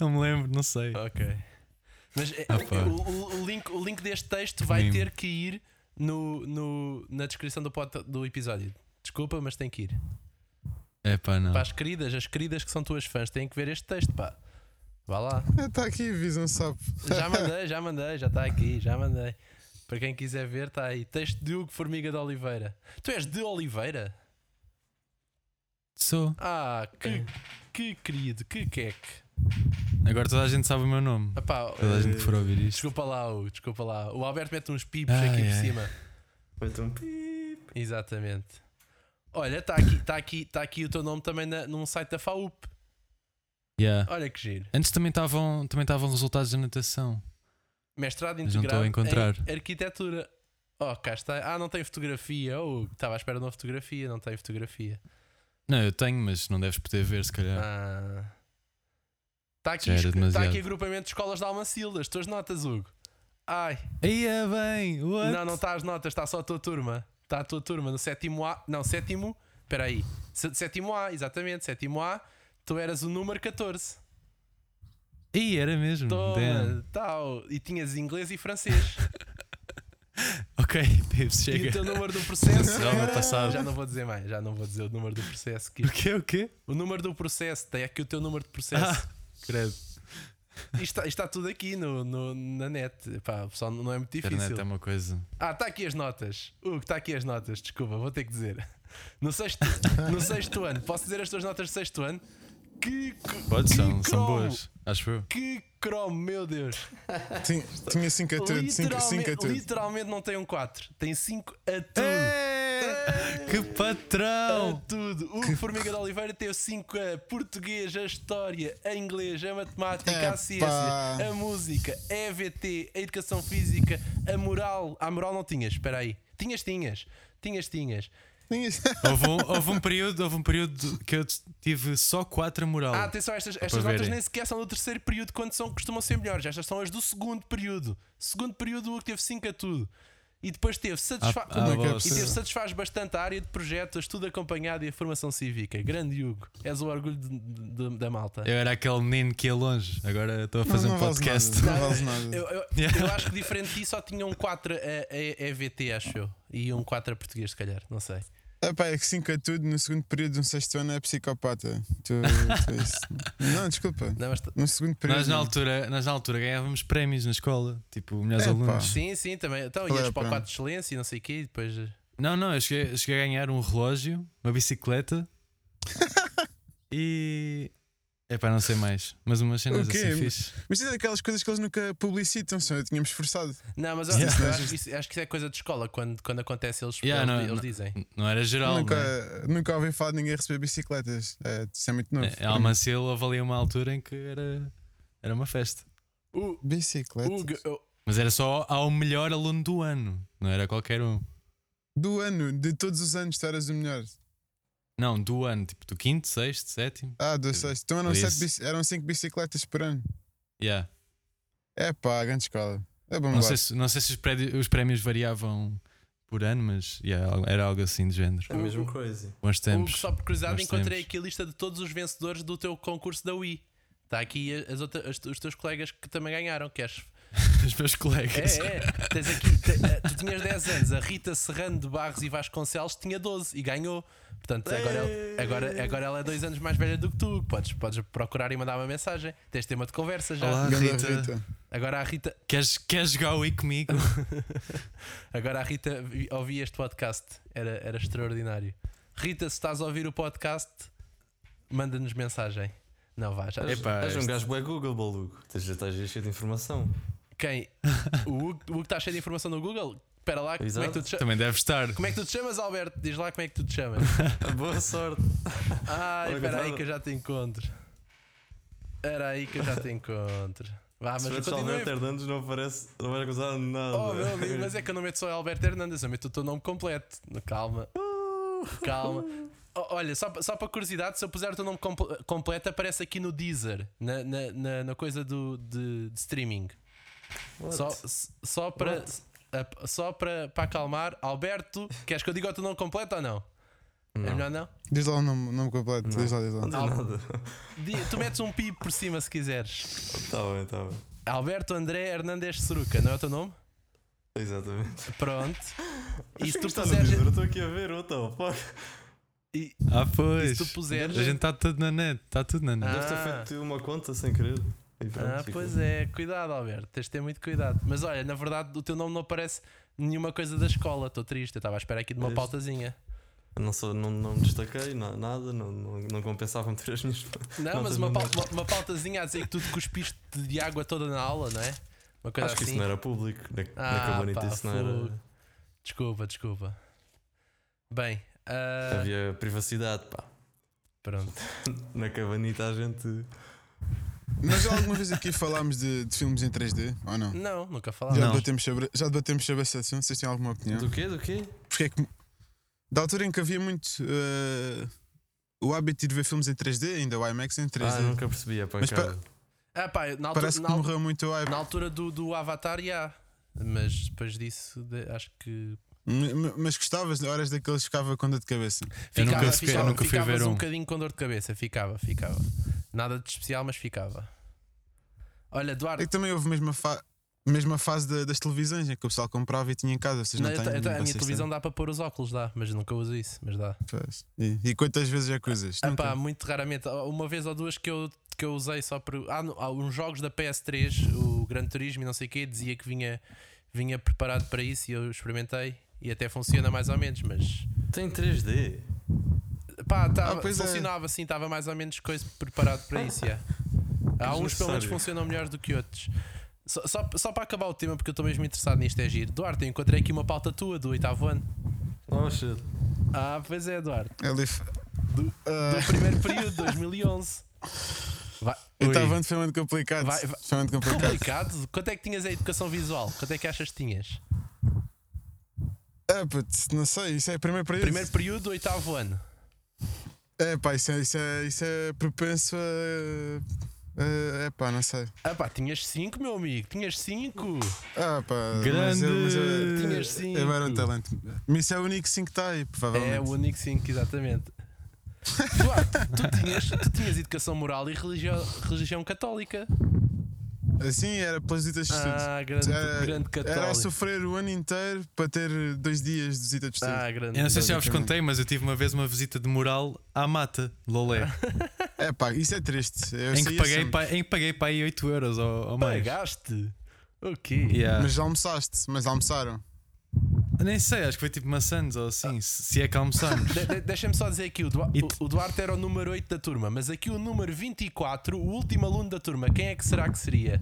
A: Não me lembro, não sei.
C: Ok. Mas eh,
A: Ah, pá.
C: o, o- o link, o link deste texto vai
A: Mimo.
C: ter que ir no, no- na descrição do, pod- do episódio. Desculpa, mas tem que ir.
A: É pá, não.
C: Para as queridas, as queridas que são tuas fãs, têm que ver este texto, pá. Vá lá.
D: Está Ah, tá aqui, visam sapo.
C: Já mandei, já mandei, já está aqui, já mandei. Para quem quiser ver, está aí. Texto de Hugo Formiga de Oliveira. Tu és de Oliveira?
A: Sou.
C: Ah,
A: É.
C: que, que querido, que queque.
A: Agora toda a gente sabe o meu nome.
C: Epá, eh,
A: Toda a gente que for ouvir isto.
C: desculpa lá, Hugo, desculpa lá. O Alberto mete uns pipos
A: Ai,
C: aqui por
A: ai.
C: cima.
B: Então, pi.
C: Exatamente. Olha, está aqui, tá aqui, tá aqui o teu nome também na- num site da FAUP.
A: Yeah.
C: Olha que giro.
A: Antes também estavam também estavam resultados da natação.
C: Mestrado
A: Mas não
C: integrado
A: estou a encontrar.
C: em arquitetura. Oh, cá está. Ah, não tem fotografia. Oh, estava à espera de uma fotografia, não tem fotografia.
A: Não, eu tenho, mas não deves poder ver se calhar.
C: Ah. Está aqui,
A: É. Já era
C: esco- tá
A: demasiado.
C: aqui agrupamento de escolas de Almacilda. As tuas notas, Hugo. Ai,
A: Aí é bem. What?
C: não, não está as notas, está só a tua turma. Está a tua turma no sétimo A. Não, sétimo. Espera aí. Sé- Sétimo A, exatamente. Sétimo A, tu eras o número 14.
A: Ih, era mesmo. Damn.
C: Toma, tal. E tinhas inglês e francês.
A: Ok, Davis,
C: E então, o
A: chega.
C: teu número do processo.
A: Já o meu passado.
C: Já não vou dizer mais, já não vou dizer o número do processo. Que...
A: O quê? O quê?
C: O número do processo, tem aqui o teu número de processo.
A: Ah, credo.
C: Isto está, isto está tudo aqui no, no- na net. Pá, pessoal, não é muito difícil.
A: Internet é uma coisa.
C: Ah, está aqui as notas. Hugo, está aqui as notas, desculpa, vou ter que dizer. No sexto, no sexto ano, posso dizer as tuas notas de sexto ano? Que, que,
A: Pode,
C: que
A: são, são
C: cromo,
A: boas. Acho eu.
C: Que cromo, meu Deus.
D: Tinha, tinha 5 a tudo, 5
C: Literalmente,
D: a tudo.
C: literalmente não tem um 4, tem 5 a tudo.
D: É!
A: Que
C: A
D: Oh.
A: patrão!
C: tudo. O Formiga de Oliveira teve 5 a português, a história, a inglês, a matemática, a
D: Epá.
C: ciência, a música, a EVT, a educação física, a moral. A moral não tinhas, espera aí. Tinhas, tinhas. Tinhas, tinhas.
D: Tinha-
A: Houve um, houve um período, houve um período que eu tive só 4 a moral.
C: Ah, atenção, estas, estas
A: para
C: notas
A: verem.
C: nem sequer são do terceiro período, quando são, costumam ser melhores. Estas são as do segundo período. Segundo período, o que teve 5 a tudo. E depois teve satisfaz.
A: Ah,
D: Como é que é
A: boss.
C: e teve satisfaz bastante a área de projeto, estudo acompanhado e a formação cívica. Grande Hugo, és o orgulho de- de- da malta.
D: É.
A: Eu era aquele menino que ia longe, agora estou a
D: Mas
A: fazer
D: não
A: um
D: vales
A: podcast.
D: Nada, não vales nada.
C: Eu, eu- eu acho que diferente de ti só tinha um eh, 4 a, a, a EVT, acho eu. E um 4 a português, se calhar, não sei.
D: Epá, é que 5 a tudo no segundo período de um sexto ano é psicopata. Tu, tu és- Não, desculpa.
C: Não, mas t-
D: No segundo período.
A: Nós na, altura, nós na altura ganhávamos prémios na escola, tipo, melhores
D: Epá.
A: alunos.
C: sim, sim, também. Então
D: Qual
C: ias
D: é,
C: para o
D: pá?
C: 4 de excelência e não sei o quê, e depois. eh,
A: Não, não, eu cheguei, eu cheguei a ganhar um relógio, uma bicicleta e. Epá, não sei mais. Mas umas cenas
D: O quê?
A: assim fixe.
D: Mas isso é daquelas coisas que eles nunca publicitam, só eu tinha-me esforçado.
C: Não, mas eu,
D: Yeah.
C: eu acho, que isso, acho que isso é coisa de escola. Quando, quando acontece, eles,
A: Yeah,
C: eles,
A: não,
C: eles
A: não.
C: dizem.
A: Não era geral.
D: nunca,
A: né?
D: nunca ouvi falar de ninguém receber bicicletas. É, isso é muito novo.
A: A Almacil houve ali uma altura em que era, era uma festa.
C: O,
D: Bicicletas.
C: Hugo, eu-
A: Mas era só ao melhor aluno do ano, não era qualquer um.
D: Do ano, de todos os anos, tu eras o melhor.
A: Não, do ano, tipo do quinto, sexto, sétimo.
D: Ah, do sexto. Então eram,
A: Por
D: sete,
A: isso.
D: bici- eram cinco bicicletas por ano.
A: Yeah.
D: É pá, grande escola. É bom
A: Não,
D: lá.
A: sei se, não sei se os, prédio- os prémios variavam por ano, mas yeah, al- era algo assim de género.
B: É mesmo crazy.
A: Bons
C: Hugo,
A: tempos.
C: só por curiosidade,
A: Bons
C: encontrei
A: tempos.
C: aqui a lista de todos os vencedores do teu concurso da Wii. Está aqui as outra- as- os teus colegas que também ganharam. Queres
A: Os meus colegas.
C: É, é. Tens aqui, te- eh, tu tinhas 10 anos, a Rita Serrano de Barros e Vasconcelos tinha 12 e ganhou. Portanto, agora, ela- agora, agora ela é 2 anos mais velha do que tu. Podes, podes procurar e mandar uma mensagem. Tens tema de conversa já.
A: Olá,
D: Ganda
A: Rita.
C: Agora a Rita,
A: Queres, queres jogar Wii comigo?
C: Agora a Rita vi- ouvi este podcast, era, era extraordinário. Rita, se estás a ouvir o podcast, manda-nos mensagem. Não vá, já.
B: És,
A: Epá,
B: és um
A: este-
B: gajo bué Google, Lugo. Tens- Já estás cheio de informação.
C: Quem? O Hugo, o Hugo está cheio de informação no Google? Espera lá, como é, que
B: Exato.
C: tu te cha-
A: Também deve estar.
C: como é que tu te chamas, Alberto? Diz lá como é que tu te chamas.
B: Boa sorte.
C: Ai,
B: Olha,
C: espera aí
B: gozava.
C: que eu já te encontro. Espera aí que eu já te encontro. Vá, mas
B: Se metes
C: continua.
B: Alberto Hernandes não aparece, não vai acusar nada.
C: Oh, meu amigo, mas é que eu não meto só Alberto Hernandes, eu meto o teu nome completo. Calma.
B: Uh.
C: Calma. O- Olha, só, pa- só para curiosidade, se eu puser o teu nome comple- completo, aparece aqui no Deezer, na, na, na, na coisa do, de, de streaming.
B: What?
C: Só, s- só para. a- Só para, para acalmar, Alberto, queres que eu diga o teu nome completo ou não? É melhor não?
D: Diz lá o nome, nome completo. Diz lá, diz lá.
B: Não diz
C: Al-
B: nada.
C: Di- Tu metes um pi por cima se quiseres.
B: Tá bem, tá bem.
C: Alberto André Hernandes Seruca, não é o teu nome?
B: Exatamente.
C: Pronto. E se tu
B: Está no Deezer,
C: puseres.
B: eu estou aqui a ver, what the fuck.
C: e-
A: Ah,
C: é E
A: pois.
C: se tu
A: A
C: puseres.
A: gente está tudo na net. Está tudo na net.
B: Deve ter
C: Ah.
B: feito uma conta sem querer. E pronto, tipo,
C: Ah,
B: ficou.
C: pois é, cuidado, Alberto, tens de ter muito cuidado. Mas olha, na verdade, o teu nome não aparece nenhuma coisa da escola, estou triste. Eu estava à espera aqui de uma
B: Triste.
C: pautazinha.
B: Não, sou, não, não me destaquei, na- nada, não, não, não compensava meter as minhas.
C: Não,
B: Não,
C: mas
B: tens
C: uma,
B: um
C: pau-
B: nome.
C: uma, uma pautazinha a dizer que tu te cuspiste de água toda na aula, não é? Uma coisa
B: Acho que
C: assim.
B: isso não era público. Na,
C: Ah,
B: na cabanita
C: pá,
B: isso não era.
C: fogo. Desculpa, desculpa. Bem, ah,
B: Havia privacidade, pá.
C: pronto.
B: Na cabanita a gente.
D: Nós já alguma vez aqui falámos de, de filmes em 3D ou não?
C: Não, nunca
D: Já,
A: Não.
C: falámos.
D: Debatemos sobre, já debatemos sobre esse assunto. Vocês têm alguma opinião?
B: Do quê? Do quê?
D: Porque é que. Da altura em que havia muito eh, o hábito de ver filmes em 3D, ainda o IMAX em 3D.
B: Ah, nunca percebi a
D: Mas
B: pancada.
C: Ah, pá, na altura,
D: Parece que
C: na al-
D: morreu muito o hype.
C: na altura do, do Avatar, já. Mas depois disso, de- acho que
D: M- m- Mas gostavas de horas daqueles ficava com dor de cabeça.
A: Eu
C: Ficava,
A: nunca sequer-
C: ficava,
A: eu nunca fui
C: ficavas
A: ver
C: um
A: um.
C: bocadinho com dor de cabeça, ficava, ficava. Nada de especial, mas ficava. Olha,
D: É
C: Duarte,
D: que também houve a mesma, fa- mesma fase da- das televisões em que o pessoal comprava e tinha em casa. Vocês não,
C: não, eu
D: têm?
C: te- eu te- a
D: Vocês
C: minha
D: têm?
C: televisão dá para pôr os óculos, dá, mas nunca uso isso, mas dá.
D: Pois. E, e quantas vezes é que usas?
C: Ah,
D: Nunca.
C: pá, muito raramente, uma vez ou duas que eu, que eu usei só para. Há, no- há uns jogos da PS3, o Gran Turismo e não sei o quê, dizia que vinha, vinha preparado para isso e eu experimentei e até funciona mais ou menos, mas.
B: Tem 3D.
C: Pá, tava,
D: Ah, pois é.
C: funcionava assim, estava mais ou menos coisa preparado para isso. Yeah. Há uns pelo menos
B: desnecessário.
C: funcionam melhor do que outros. Só, só, só para acabar o tema, porque eu estou mesmo interessado nisto, é giro. Duarte, eu encontrei aqui uma pauta tua do oitavo ano.
B: Oh shit.
C: Ah, pois é, Duarte.
D: Ele f-
C: Do-
D: Ah,
C: Do primeiro período, 2011. Vai,
D: eu
A: Ui.
D: estava foi muito complicado.
C: Vai- vai-
D: Foi muito complicado.
C: complicado. Quanto é que tinhas a educação visual? Quanto é que achas que tinhas?
D: É, puto, não sei, isso é primeiro período.
C: Primeiro período, do oitavo ano.
D: É pá, isso é, isso é, isso é propenso a. a- É pá, não sei.
C: Ah, pá, tinhas 5, meu amigo. Tinhas 5.
D: Ah pá, mas
A: Grande.
D: eu, mas eu,
C: Tinhas cinco.
D: eu era um talento. Mas isso é o único 5 que está aí, provavelmente.
C: É o único 5, exatamente. Duarte, tu tinhas, tu tinhas educação moral e religião, religião católica.
D: Assim era pelas visitas de estudo.
C: Ah, grande,
D: era,
C: grande católico.
D: era a sofrer o ano inteiro para ter dois dias de visita de estudo.
C: Ah, grande.
A: Eu não sei se já vos
D: Basicamente.
A: contei, mas eu tive uma vez uma visita de moral à mata, Lolé,
D: É pá, isso é triste. Eu assim.
A: em que
D: saía
A: paguei
D: sempre.
A: pa- em que paguei para aí 8 euros ou, ou mais.
C: Pagaste? O quê?
A: Yeah.
D: Mas já almoçaste, mas almoçaram.
A: Nem sei, acho que foi tipo maçãs ou assim, se se é que almoçamos.
C: De- de- Deixa-me só dizer aqui: o, Duarte,
A: E tu-
C: o Duarte era o número 8 da turma, mas aqui o número 24, o último aluno da turma, quem é que será que seria?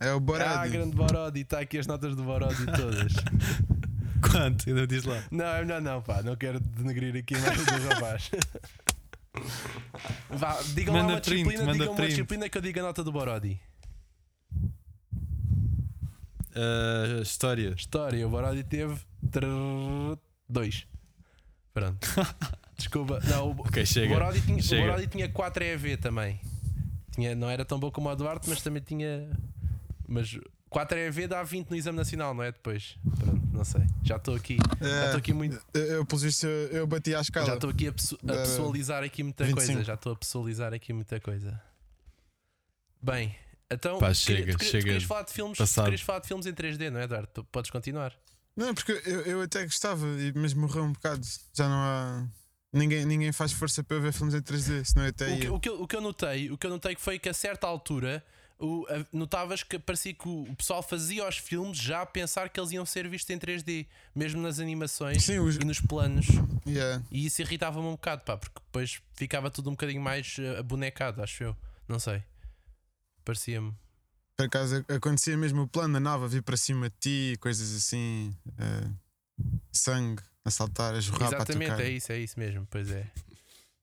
D: É o
C: Ah,
D: Boradi.
C: grande Borodi, está aqui as notas do Borodi todas.
A: Quanto? Ainda diz lá.
C: Não, é melhor não, pá, não quero denegrir aqui mais do rapaz. Vá, digam lá
A: Manda
C: uma
A: print,
C: disciplina,
A: manda
C: digam uma
A: print.
C: disciplina que eu diga a nota do Borodi.
A: Ah, história.
C: História, o Borodi teve 2. Pronto. Desculpa, não, o,
A: Ok, chega.
C: o Borodi tinha, o
A: Chega.
C: Borodi tinha 4 EV também. Tinha, não era tão bom como o Duarte, mas também tinha. Mas 4 EV dá 20 no exame nacional, não é? Depois. Pronto, não sei. Já estou aqui. Já estou aqui muito.
D: Eu, eu, pelos vistos, eu, eu bati à
C: Já
D: escala.
C: estou aqui a, pesso- a
D: Eh,
C: pessoalizar aqui muita
D: 25.
C: coisa. Já estou a pessoalizar aqui muita coisa. Bem, Então,
A: Pá,
C: tu
A: chega,
C: queria- tu queria- tu
A: chega
C: querias falar de filmes, tu
A: passado.
C: querias falar de filmes em 3D, não é, Eduardo? Tu podes continuar.
D: Não, é porque eu, eu até gostava, e- mas morreu um bocado. Já não há. Ninguém, ninguém faz força para eu ver filmes em 3D, senão eu é
A: É
D: até
C: O que,
D: ia.
C: o, que eu, o que eu notei, o que eu notei que foi que a certa altura o- a- notavas que parecia que o, o pessoal fazia os filmes já a pensar que eles iam ser vistos em 3D, mesmo nas animações
D: Sim, os.
C: e nos planos.
D: Yeah.
C: E isso irritava-me um bocado, pá, porque depois ficava tudo um bocadinho mais eh, abonecado, acho eu. Não sei. Parecia-me.
D: Por acaso ac- acontecia mesmo o plano da nave a vir para cima de ti, coisas assim. eh, sangue a saltar, a jorrar para a tua
C: Exatamente,
D: cara.
C: é isso, é isso mesmo, pois é.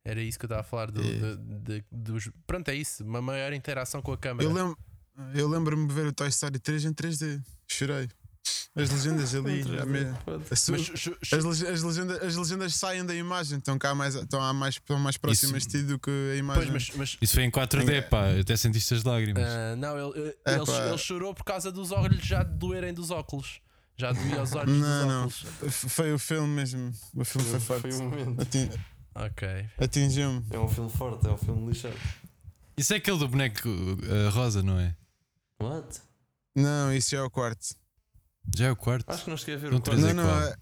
C: Era isso que eu estava a falar do,
D: É.
C: do- de- dos. Pronto, é isso, uma maior interação com a câmera.
D: Eu, lembro, eu lembro-me de ver o Toy Story 3 em 3D. Chorei. As legendas ali. a me- a su-
C: Mas, ju- ju-
D: as, lege- as legendas, as legendas saem da imagem, estão cá mais, estão há mais, estão mais próximas de ti do que a imagem.
C: pois, mas- mas
A: Isso foi em 4D, pá. Eu até sentiste as lágrimas.
C: Ah, não, ele, ele-
D: É,
C: ele-
D: pá.
C: ele chorou por causa dos olhos já de doerem dos óculos. Já doía os olhos
D: Não,
C: dos
D: não.
C: óculos.
D: F- Foi o filme mesmo. O filme foi forte.
B: Foi um momento.
D: Atin-
C: Ok.
D: Atingiu-me.
B: É um filme forte, é um filme lixado.
A: Isso é aquele do boneco uh, rosa, não é?
B: What?
D: Não, isso já é o quarto.
A: Já é o quarto.
B: Acho que não cheguei a ver
A: Não
B: o
A: Mas
B: quarto.
A: é
D: não, não,
A: qual?
D: é,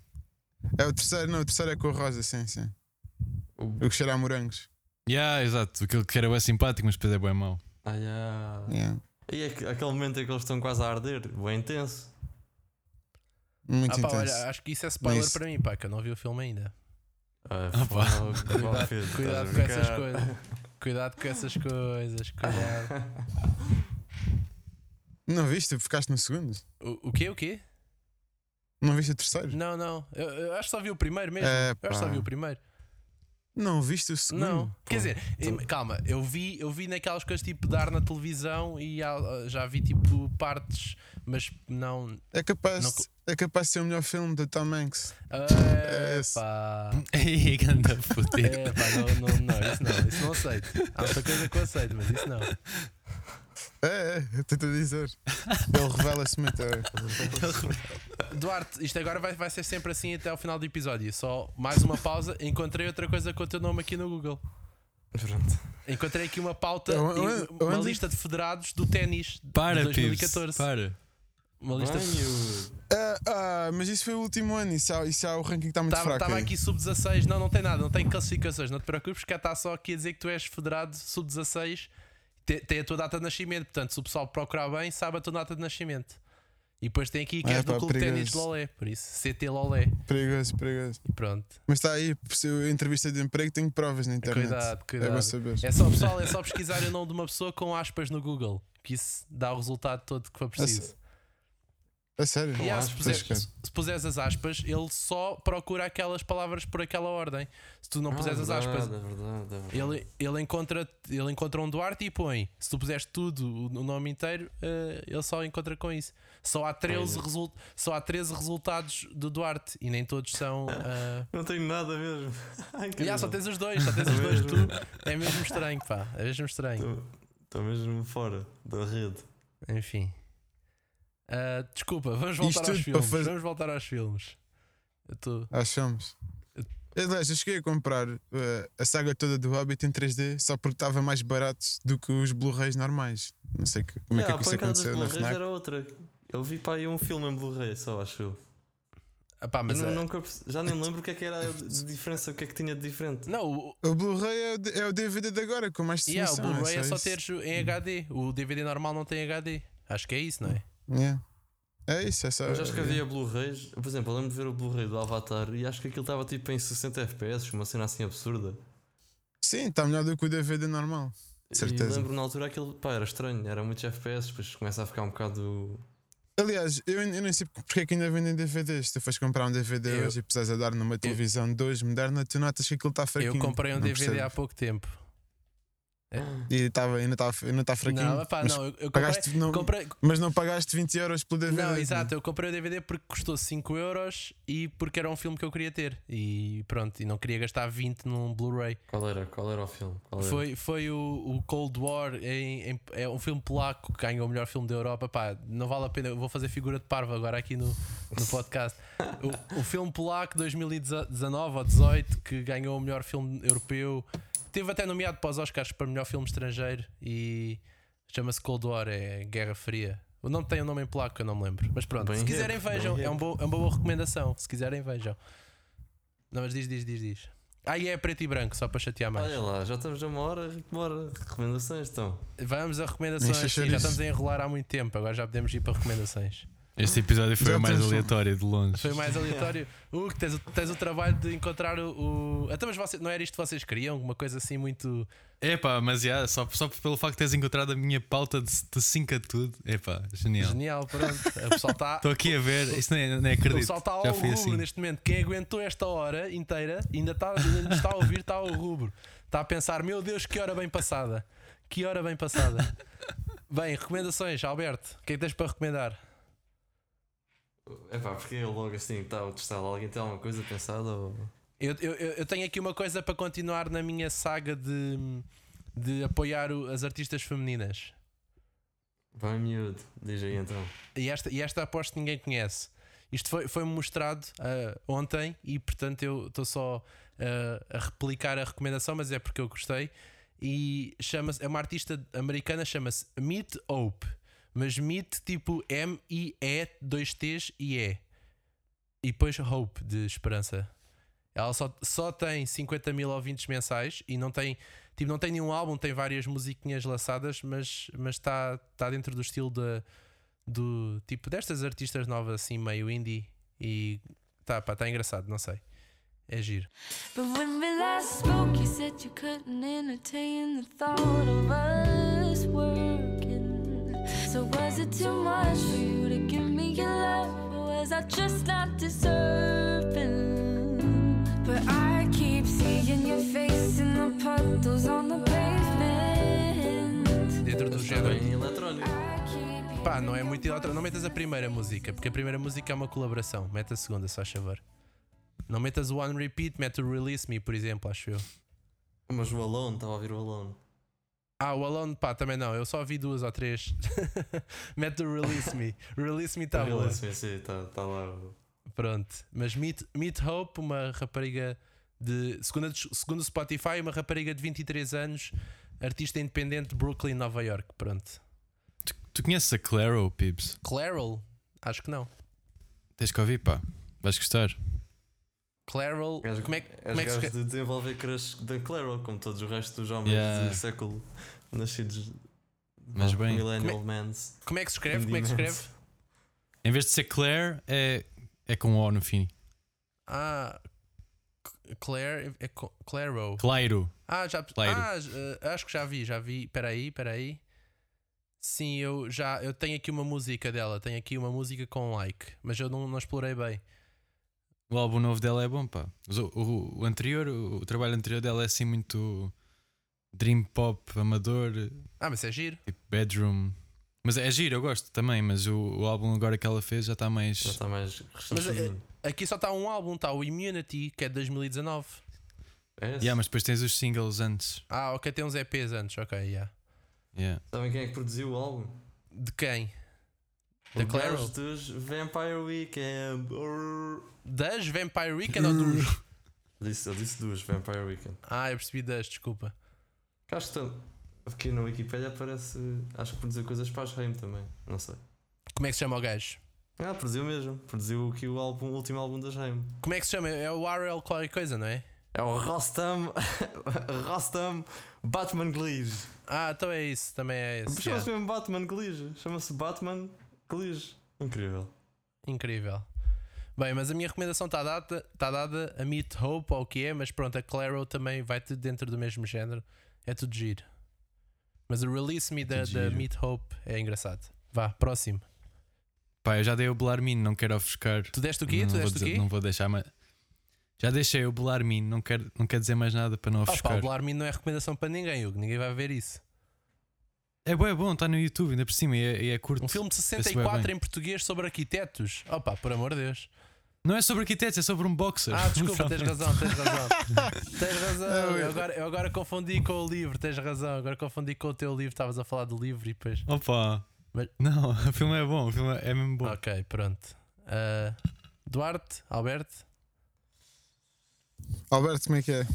D: é o terceiro, não, o terceiro é com a Rosa, sim, sim.
B: O-
D: O que cheira a morangos.
A: Yeah, exato. Aquele que era bem simpático, mas depois é bem mau.
B: Ah, yeah.
D: Yeah.
B: E é que- aquele momento em que eles estão quase a arder, bem intenso.
D: Muito
C: Ah, pá,
D: intenso.
C: olha, acho que isso é spoiler
D: Isso.
C: para mim, pá, que eu não vi o filme ainda.
B: Ah,
A: Ah, pá.
B: fogo,
C: Cuidado-
B: Pedro,
C: cuidado
B: estás a
C: com essas
B: brincar.
C: coisas. Cuidado com essas coisas, cuidado.
D: Não viste? Ficaste no segundo?
C: O, o quê? O quê?
D: Não viste o terceiro?
C: Não, não. Eu, eu acho que só vi o primeiro mesmo.
D: É,
C: eu acho que
D: pá.
C: só vi o primeiro.
D: Não viste o segundo?
C: Não. Quer dizer, em- calma, eu vi, eu vi naquelas coisas tipo dar na televisão e há- já vi tipo partes, mas não,
D: É capaz,
C: Não co-
D: é capaz de ser o melhor filme do Tom Hanks. É esse.
C: Epá.
A: Ei, ganda fudido.
D: É.
C: Epá, não, não, não, isso não, isso não aceito. Há muita coisa que eu aceito, mas isso não.
D: É, é, eu estou-te a dizer. Ele revela-se muito. é.
C: Duarte, isto agora vai, vai ser sempre assim até ao final do episódio. Só mais uma pausa. Encontrei outra coisa com o teu nome aqui no Google.
B: Pronto.
C: Encontrei aqui uma pauta,
D: Eu- eu-
C: e
D: eu
C: uma
D: ando-
C: lista de federados do ténis de
A: Para, Pires.
C: 2014.
A: Para.
C: Uma lista
B: Bem, o-
D: Ah, ah, mas isso foi o último ano. Isso há, isso há o ranking que está muito fraco.
C: Estava
D: aí.
C: aqui sub-16, não, não tem nada, não tem classificações, não te preocupes, que está só aqui a dizer que tu és federado sub-16, te- tem a tua data de nascimento, portanto, se o pessoal procurar bem, sabe a tua data de nascimento. E depois tem aqui que
D: Ah,
C: és do
D: pá,
C: Clube de Ténis de
D: perigoso.
C: Lolé, por isso, CT Lolé,
D: Perigoso, perigoso.
C: e pronto.
D: Mas está aí, por se eu entrevista de emprego, tenho provas na internet.
C: Cuidado,
D: É bom
C: cuidado.
D: saber.
C: É só, pessoal, é só pesquisar o nome de uma pessoa com aspas no Google, que isso dá o resultado todo que for preciso.
D: É sério?
C: E ah, se,
D: Pois,
C: puser,
D: cara.
C: se- se puseres as aspas, ele só procura aquelas palavras por aquela ordem. Se tu não puseres
B: Ah,
C: as aspas,
B: verdade, É verdade, é verdade.
C: Ele, ele, encontra, ele encontra um Duarte e põe. Se tu puseres tudo, o, o nome inteiro, eh, ele só encontra com isso. Só há 13,
D: é.
B: Olha.
C: result, só há 13 resultados do Duarte e nem todos são. eh,
B: Não tenho nada mesmo. Ai,
C: e ah, só tens os dois, só tens os dois. Tu, é mesmo estranho, pá. É mesmo estranho.
B: Estou mesmo fora da rede.
C: Enfim. Ah, desculpa, vamos voltar
D: Isto
C: aos
D: tudo para
C: filmes.
D: fazer-
C: Vamos voltar aos filmes. Eu tô...
D: Achamos. Aliás, eu cheguei a comprar eh, a saga toda do Hobbit em 3D só porque estava mais barato do que os Blu-rays normais. Não sei que- como é que, é que isso aconteceu na
B: Blu-ray
D: FNAC.
B: era outra. Eu vi para aí um filme em Blu-ray só, acho eu.
C: Ah, pá, mas
B: Mas
D: é-
C: eh, não,
B: nunca, perce- já nem me lembro o que é que era de diferença, o que é que tinha de diferente.
C: o,
D: O Blu-ray é, o D- é o DVD de agora, com mais
C: yeah,
D: definição.
C: o Blu-ray é só
D: isso.
C: teres em HD. O DVD normal não tem HD. Acho que é isso, não é?
D: Yeah. É isso, é só.
B: Eu já acho que havia Blu-rays, por exemplo, eu lembro de ver o Blu-ray do Avatar e acho que aquilo estava tipo em 60 FPS, uma cena assim absurda.
D: Sim, está melhor do que o DVD normal.
B: E
D: Certeza.
B: lembro na altura aquilo, pá, era estranho, era muitos FPS, depois começa a ficar um bocado.
D: Aliás, eu, eu nem sei porque é que ainda vendem DVDs. Se tu fores comprar um DVD
C: Eu-
D: hoje e precisares a dar numa televisão 2 moderna, tu notas que aquilo está fraquinho.
C: Eu comprei um
D: não
C: DVD há
D: percebes?
C: pouco tempo.
D: E tava, ainda está ainda tá fraquinho.
C: Não, epá,
D: mas,
C: não, eu, eu comprei,
D: pagaste, não,
C: comprei-
D: mas não pagaste 20 euros pelo DVD.
C: Não, exato, eu comprei o DVD porque custou 5 euros e porque era um filme que eu queria ter. E pronto, e não queria gastar 20 num Blu-ray.
B: Qual era? Qual era o filme? Qual era?
C: Foi, foi o, o Cold War, em- em- é um filme polaco que ganhou o melhor filme da Europa. Pá, não vale a pena, eu vou fazer figura de parvo agora aqui no, no podcast. O, o filme polaco 2019 ou 18 que ganhou o melhor filme europeu, teve até nomeado para os Oscars para melhor filme estrangeiro e Chama-se Cold War, é Guerra Fria. O nome tem um nome em polaco, eu não me lembro. Mas pronto,
B: Bem
C: se quiserem
B: hip, bem
C: vejam, é,
B: hip.
C: um bo- é uma boa recomendação. Se quiserem vejam. Não, mas diz, diz, diz, diz. Ah, e é preto e branco, só para chatear mais.
B: Olha lá, já estamos a uma hora, Rico Moura. Recomendações então. estão.
C: Vamos a recomendações.
D: Deixa eu
C: sim,
D: ver
C: já
D: isso.
C: estamos a enrolar há muito tempo, agora já podemos ir para recomendações.
A: Este episódio foi
D: Já
A: o mais
D: temos um.
A: aleatório de longe.
C: Foi mais aleatório. Uh, que tens, o- tens o trabalho de encontrar o. o... Até mas você, não era isto que vocês queriam? Uma coisa assim muito.
A: Epá, mas já, só, só pelo facto de teres encontrado a minha pauta de, de 5 a tudo. Epá, genial.
C: Genial, pronto. O pessoal está.
A: Estou aqui a ver, isto nem, nem
C: O
A: acredito.
C: pessoal está
A: Já
C: ao
A: fui
C: rubro
A: assim.
C: neste momento. Quem aguentou esta hora inteira ainda está, ainda nos está a ouvir, está ao rubro. Está a pensar: meu Deus, que hora bem passada! Que hora bem passada! Bem, recomendações, Alberto. O que é que tens para recomendar?
B: É pá, porque eu logo assim estava a testar. Alguém tem alguma coisa pensada? Ou...
C: Eu, eu- eu- eu tenho aqui uma coisa para continuar na minha saga de, de apoiar o- as artistas femininas.
B: Vai miúdo, diz aí então.
C: E esta, e esta aposto que ninguém conhece. Isto foi- foi-me mostrado ah, ontem e, portanto, eu estou só ah, a replicar a recomendação, mas é porque eu gostei. E chama-se, é uma artista americana, chama-se Meet Hope, mas Meet tipo M-I-E, dois T's e E. E depois Hope, de esperança. Ela só, só tem 50 mil ouvintes mensais e não tem, tipo, não tem nenhum álbum, tem várias musiquinhas lançadas, mas está mas tá- tá dentro do estilo da do tipo destas artistas novas assim meio indie e tá pá, tá engraçado, não sei. É giro.
F: But when we last spoke, you said you couldn't entertain the thought of us working. So was it too much for you to give me your love? Or was I just not deserving? But I keep seeing your face in the puddles on the pavement.
C: Dentro do
B: Mas está
C: género.
B: bem eletrónico.
F: I keep
C: Pá, não é
F: hearing
C: muito
F: your
C: iletra. Não metas a primeira música, porque a primeira música é uma colaboração. Mete a segunda, só favor. Não metas o One Repeat, mete o Release Me, por exemplo, acho eu.
B: Mas o Alone, estava a ouvir o Alone.
C: Ah, o Alone, pá, também não. Eu só vi duas ou três. mete o Release Me. Release Me está
B: Está
C: Tá boa.
B: tá, tá lá. o-
C: Pronto. Mas Meet, Meet Hope, uma rapariga de. Segundo, segundo o Spotify, uma rapariga de 23 anos, artista independente de Brooklyn, Nova York. Pronto.
A: Tu, tu conheces a Claro, Pips?
C: Claral? Acho que não.
A: Tens que ouvir, pá. Vais gostar.
C: Claral.
B: Gajo-
C: Como é que.
B: És
C: Como é que se...
B: gajo de desenvolver crush da Claro, como todos os restos dos homens
A: Yeah.
B: do século nascidos.
A: Mas
B: vá,
A: bem.
B: Millennial
C: Como
B: Mans.
C: Como é que se escreve? Como é que se
B: Indie
C: escreve?
B: mans.
A: Em vez de ser Claire, é, é com O no fim.
C: Ah. C- Claire. É co- Claro.
A: Clairo.
C: Ah, já.
A: Clairo.
C: Ah, j- eh, acho que já vi, já vi. Peraí, peraí. Sim, eu já. Eu tenho aqui uma música dela. Tenho aqui uma música com um like. Mas eu não, não explorei bem.
A: O álbum novo dela é bom, pá. Mas o, o- o anterior, o, o trabalho anterior dela é assim muito dream pop, amador,
C: Ah, mas é giro.
A: tipo bedroom. Mas é giro, eu gosto também, mas o, o álbum agora que ela fez já está
B: Já tá
A: mais.
B: está mais recheadinho.
C: Aqui só está um álbum, está o Immunity, que é de 2019. eh,
B: É esse?
A: Yeah, mas depois tens os singles antes.
C: Ah, ok, tem uns EPs antes, ok, yeah.
A: Yeah.
B: Sabem quem é que produziu o álbum?
C: De quem? Da
B: O
C: Claro?
B: gajo dos Vampire Weekend. Orr.
C: Das Vampire Weekend ou dos?
B: Disse, eu disse dos Vampire Weekend.
C: Ah, eu percebi das, desculpa.
B: Que Acho que tam- aqui na Wikipedia aparece. Acho que produziu coisas para as Reim também. Não sei.
C: Como é que se chama o gajo?
B: Ah, produziu mesmo. Produziu aqui o, álbum, o último álbum das Reim.
C: Como é que se chama? É o RL qualquer coisa, não é?
B: É o Rostam. Rostam Batman Glige.
C: Ah, então é isso, também é esse.
B: Chama-se
C: yeah.
B: mesmo Batman Glige. Chama-se Batman Glige. Incrível.
C: Incrível. Bem, mas a minha recomendação está dada, tá dada a Meet Hope, ou o que é, mas pronto, a Claro também vai tudo dentro do mesmo género. É tudo giro. Mas o release me da,
A: É Tudo
C: da
A: giro.
C: Meet Hope é engraçado. Vá, próximo.
A: Pá, eu já dei o Belarmino, não quero ofuscar.
C: Tu deste o quê?
A: Não
C: tu
A: vou
C: deste
A: dizer-
C: o quê?
A: Não vou deixar, mas. Já deixei o Belarmino, não quero, não quero dizer mais nada para não
C: Ah, pá,
A: ofuscar.
C: o Blarmin não é recomendação para ninguém, Hugo. Ninguém vai ver isso.
A: é bom, é bom, está no YouTube, ainda por cima, e é, e é curto.
C: Um filme de
A: Esse vai
C: 64
A: bem.
C: em português sobre arquitetos. Opa, por amor de Deus.
A: Não é sobre arquitetos, é sobre um boxer.
C: Ah, desculpa, tens razão, tens razão. tens
A: É
C: razão.
D: Ah,
C: Eu agora, eu agora confundi com o livro, tens razão. Agora confundi com o teu livro. Estavas a falar do livro e depois.
A: Opa!
C: Mas-
A: Não, o filme é bom, o filme é mesmo bom.
C: Ok, pronto. Ah, Duarte, Alberto,
D: Alberto, como é que é?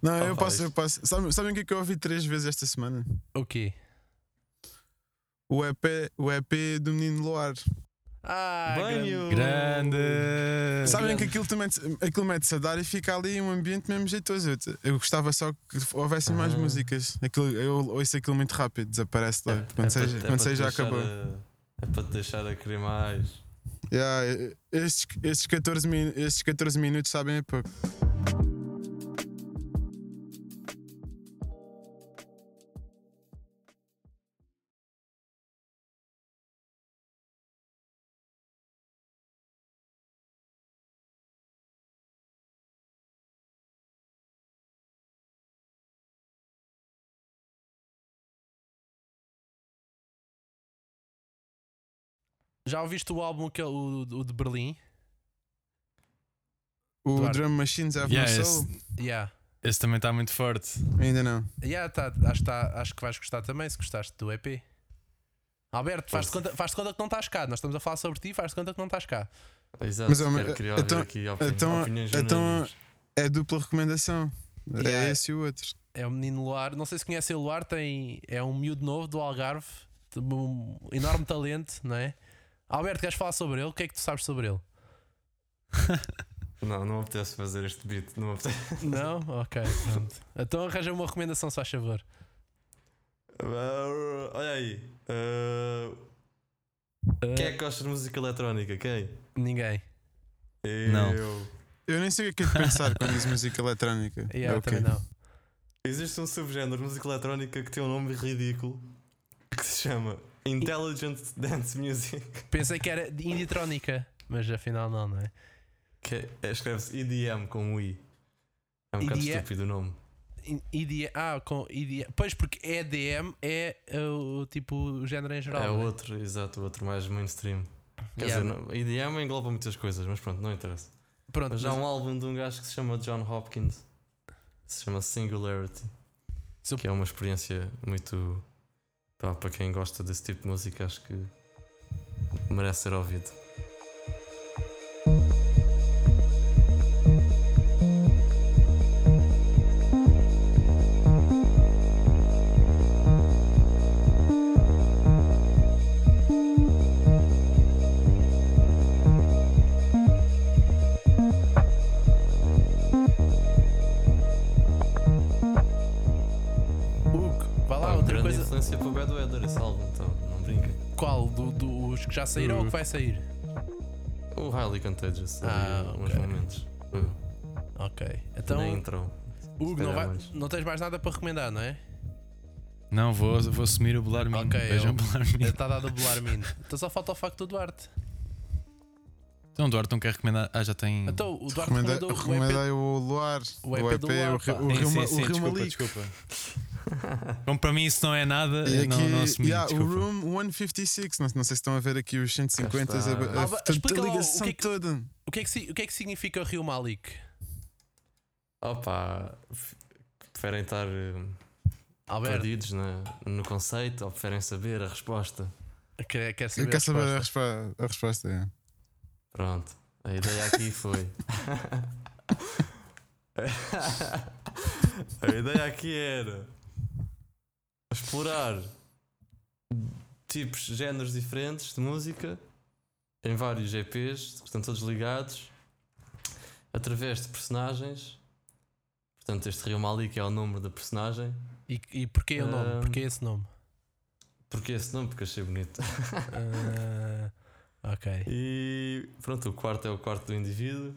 D: Não, eu
B: Opa,
D: passo,
B: isto-
D: eu passo. Sabe- Sabem o que é que eu ouvi três vezes esta semana?
C: o quê?
D: o EP, o EP do Menino Luar.
C: Ah, grande.
B: Banho!
A: Grande!
D: Sabem
C: grande.
D: que aquilo, também, aquilo mete-se a dar e fica ali um ambiente mesmo jeitoso. Eu, eu gostava só que houvessem mais
B: Ah.
D: músicas. Aquilo, eu ouço aquilo muito rápido, desaparece lá. quando
B: para-
D: seja,
B: é
D: quando
B: para te
D: seja
B: deixar
D: acabou.
B: a- é para te deixar a querer mais.
D: Yeah, estes, estes, 14 min, estes 14 minutos sabem a pouco.
C: Já ouviste o álbum que é o, o de Berlim?
D: O
C: Claro.
D: Drum Machines Have
A: Yeah,
D: No Soul?
A: esse,
C: Yeah.
A: esse também está muito forte.
D: Ainda não.
C: Yeah, tá, acho, que tá- acho que vais gostar também se gostaste do EP. Alberto, faz-te conta, faz conta que não estás cá. Nós estamos a falar sobre ti, faz-te conta que não estás cá.
B: Exato,
D: Mas, homem,
B: quero criar
D: então-
B: aqui opini
D: então-
B: opiniões
D: então-
B: unânimes.
D: É a dupla recomendação.
C: Yeah.
D: É esse e o outro.
C: É o menino Luar, não sei se conhecem o Luar, tem, é um miúdo novo do Algarve, de um enorme talento, não é? Alberto, queres falar sobre ele? O que é que tu sabes sobre ele?
B: Não, não me apetece fazer este beat. Não me apetece.
C: Não? Ok, pronto. Então arranja uma recomendação, se faz favor.
B: Ah, Olha aí. Ah, quem é que gosta de música eletrónica? Quem?
C: Eh, Ninguém.
B: Eu.
A: Não.
D: Eu nem sei o que é que pensar quando diz música eletrónica.
C: Yeah,
D: É o
C: também
D: quê?
C: não.
B: Existe um subgénero de música eletrónica que tem um nome ridículo que se chama Intelligent Dance Music.
C: Pensei que era de inditrónica, mas afinal não, não é?
B: Que é- escreve-se EDM com I. É um bocado
C: EDM?
B: estúpido o nome.
C: In- IDM, ah, com IDM. Pois, porque EDM é é o tipo o género em geral.
B: É
C: não é?
B: outro, exato, outro mais mainstream. Quer
C: Yeah.
B: dizer, não, EDM engloba muitas coisas, mas pronto, não interessa.
C: Pronto,
B: Mas já há
C: mas
B: um álbum de um gajo que se chama John Hopkins. Se chama Singularity.
C: Sup-
B: Que é uma experiência muito. pá, para quem gosta desse tipo de música, acho que merece ser ouvido.
C: Hugo, vai lá,
B: Pá,
C: outra
B: É um grande
C: coisa.
B: influência para o Bad Weather esse álbum, então, não brinca.
C: Qual? Do, do- os que já saíram ou que vai sair?
B: O Highly Contagious, ali,
C: Ah,
B: uns
C: ok. Hum.
B: momentos.
C: Ok.
B: Então,
C: Então,
B: na intro.
C: Hugo, não, vai-
B: esperamos.
C: não tens mais nada para recomendar, não é?
A: Não, vou, vou assumir o Belarmin.
C: Ok, eu-
A: Vejam o Belarmin.
C: Está dado a bolar mino. Então só falta o facto do Duarte.
A: Então, Duarte não quer recomendar. Ah, já
B: Hum.
A: tem.
C: Então, o Duarte
D: Recomenda-
C: recomendou o EP.
D: Recomendei o Luar,
C: o
D: o
C: EP
D: EP,
C: do
D: o
C: Luar,
D: Re-
C: pá.
D: o
A: Sim, sim,
D: Reuma-
A: sim,
D: o
A: desculpa,
D: Reumalik.
A: desculpa. Como para mim isso não é nada,
D: E
A: não, não
D: aqui,
A: assumi.
D: yeah, o
A: desculpa.
D: Room 156, não, não sei se estão a ver aqui os 150, a,
B: Cá está.
D: a,
C: Ah,
D: é, a,
C: explica lá o
D: ligação
C: que é que-
D: toda.
C: O que, é que, si- o que é que significa o Rio Malik?
B: Opa, f- preferem estar eh,
C: Alberto,
B: perdidos na- no conceito ou preferem saber a resposta?
C: quer, quer saber?
D: Eu quero
C: a
D: saber
C: resposta?
D: a resposta. A resposta é.
B: Pronto, a ideia aqui foi. a ideia aqui era explorar tipos, géneros diferentes de música em vários GPs, portanto, todos ligados, através de personagens. Portanto, este Rio Mali que é o nome da personagem.
C: E, e porquê o nome?
B: Ahm.
C: Porquê esse nome?
B: Porquê esse nome? Porque achei bonito.
C: Ah, ok.
B: E pronto, o quarto é o quarto do indivíduo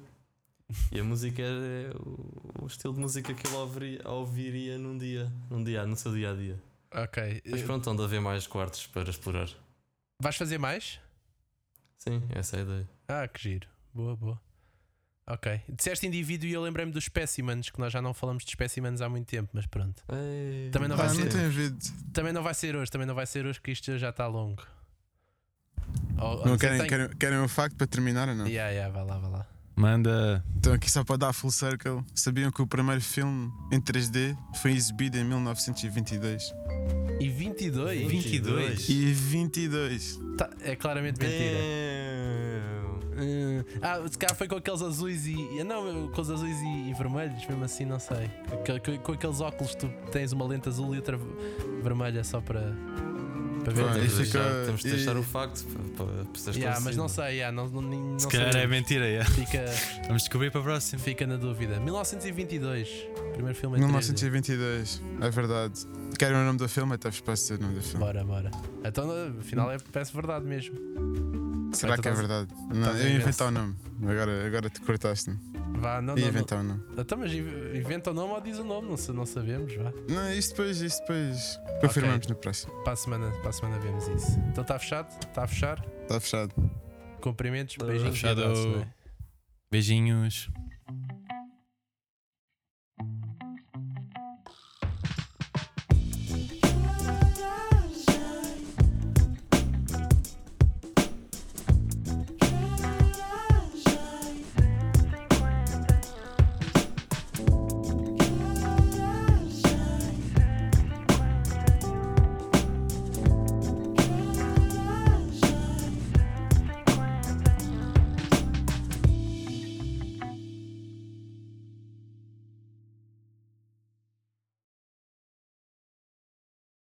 B: e a música é o, o estilo de música que ele ouviria, ouviria num dia, num dia, no seu dia a dia.
C: Ok.
B: Mas pronto, onde haver mais quartos para explorar.
C: Vais fazer mais?
B: Sim, essa é a ideia.
C: Ah, que giro. Boa, boa. Ok. Disseste indivíduo e eu lembrei-me dos specimens, que nós já não falamos de specimens há muito tempo, mas pronto.
B: Ei,
C: Também não
D: Não,
C: vai
D: ah,
C: ser.
D: não tem havido.
C: Também não vai ser hoje, também não vai ser hoje que isto já está longo. Oh,
D: Não
C: você
D: querem,
C: tem-
D: querem, querem um facto para terminar ou não?
C: Yeah, yeah, vai lá, vai lá.
A: Manda.
D: Então aqui só para dar full circle. Sabiam que o primeiro filme em 3D foi exibido em 1922?
C: E 22?
B: 22.
D: E 22.
C: Tá, é claramente mentira.
B: Damn.
C: Hum, ah, se calhar foi com aqueles azuis e. Não, com os azuis e, e vermelhos, mesmo assim, não sei. Com, com- com aqueles óculos, tu tens uma lente azul e outra vermelha só para. Para ver
D: Pá,
C: Pronto,
D: e
B: Temos de
D: fica-
B: deixar- temos de deixar
D: e-
B: o facto para, para, para ser
C: Yeah, mas não
B: esclarecido.
C: sei, yeah, não, não, não
A: assim. Se calhar é
C: sabemos.
A: mentira, assim. yeah.
C: Fica,
A: Vamos descobrir para a próxima.
C: fica na dúvida. 1922, primeiro filme é em 3D.
D: 1922, é verdade. Querem o nome do filme? Até vos posso dizer o nome do filme.
C: Bora, bora. Então, no- afinal, é, parece verdade mesmo. então,
D: Será
C: tu
D: que é
C: estás-
D: verdade? Não,
C: estás
D: eu
C: Tá a
D: ia
C: inventar.
D: inventar o nome. Agora, agora te cortaste-me.
C: Vá, não, não,
D: Ia
C: não.
D: inventar o nome.
C: Então, mas inv- inventa o nome ou diz o nome, não, sa- não sabemos, vá.
D: Não, isso depois, isso depois. Confirmamos no próximo.
C: Para a semana, para a semana vemos isso. Então está fechado? Está a fechar?
D: Está fechado.
C: Cumprimentos, beijinhos e
A: fechado.
C: abraços, não é?
A: Beijinhos.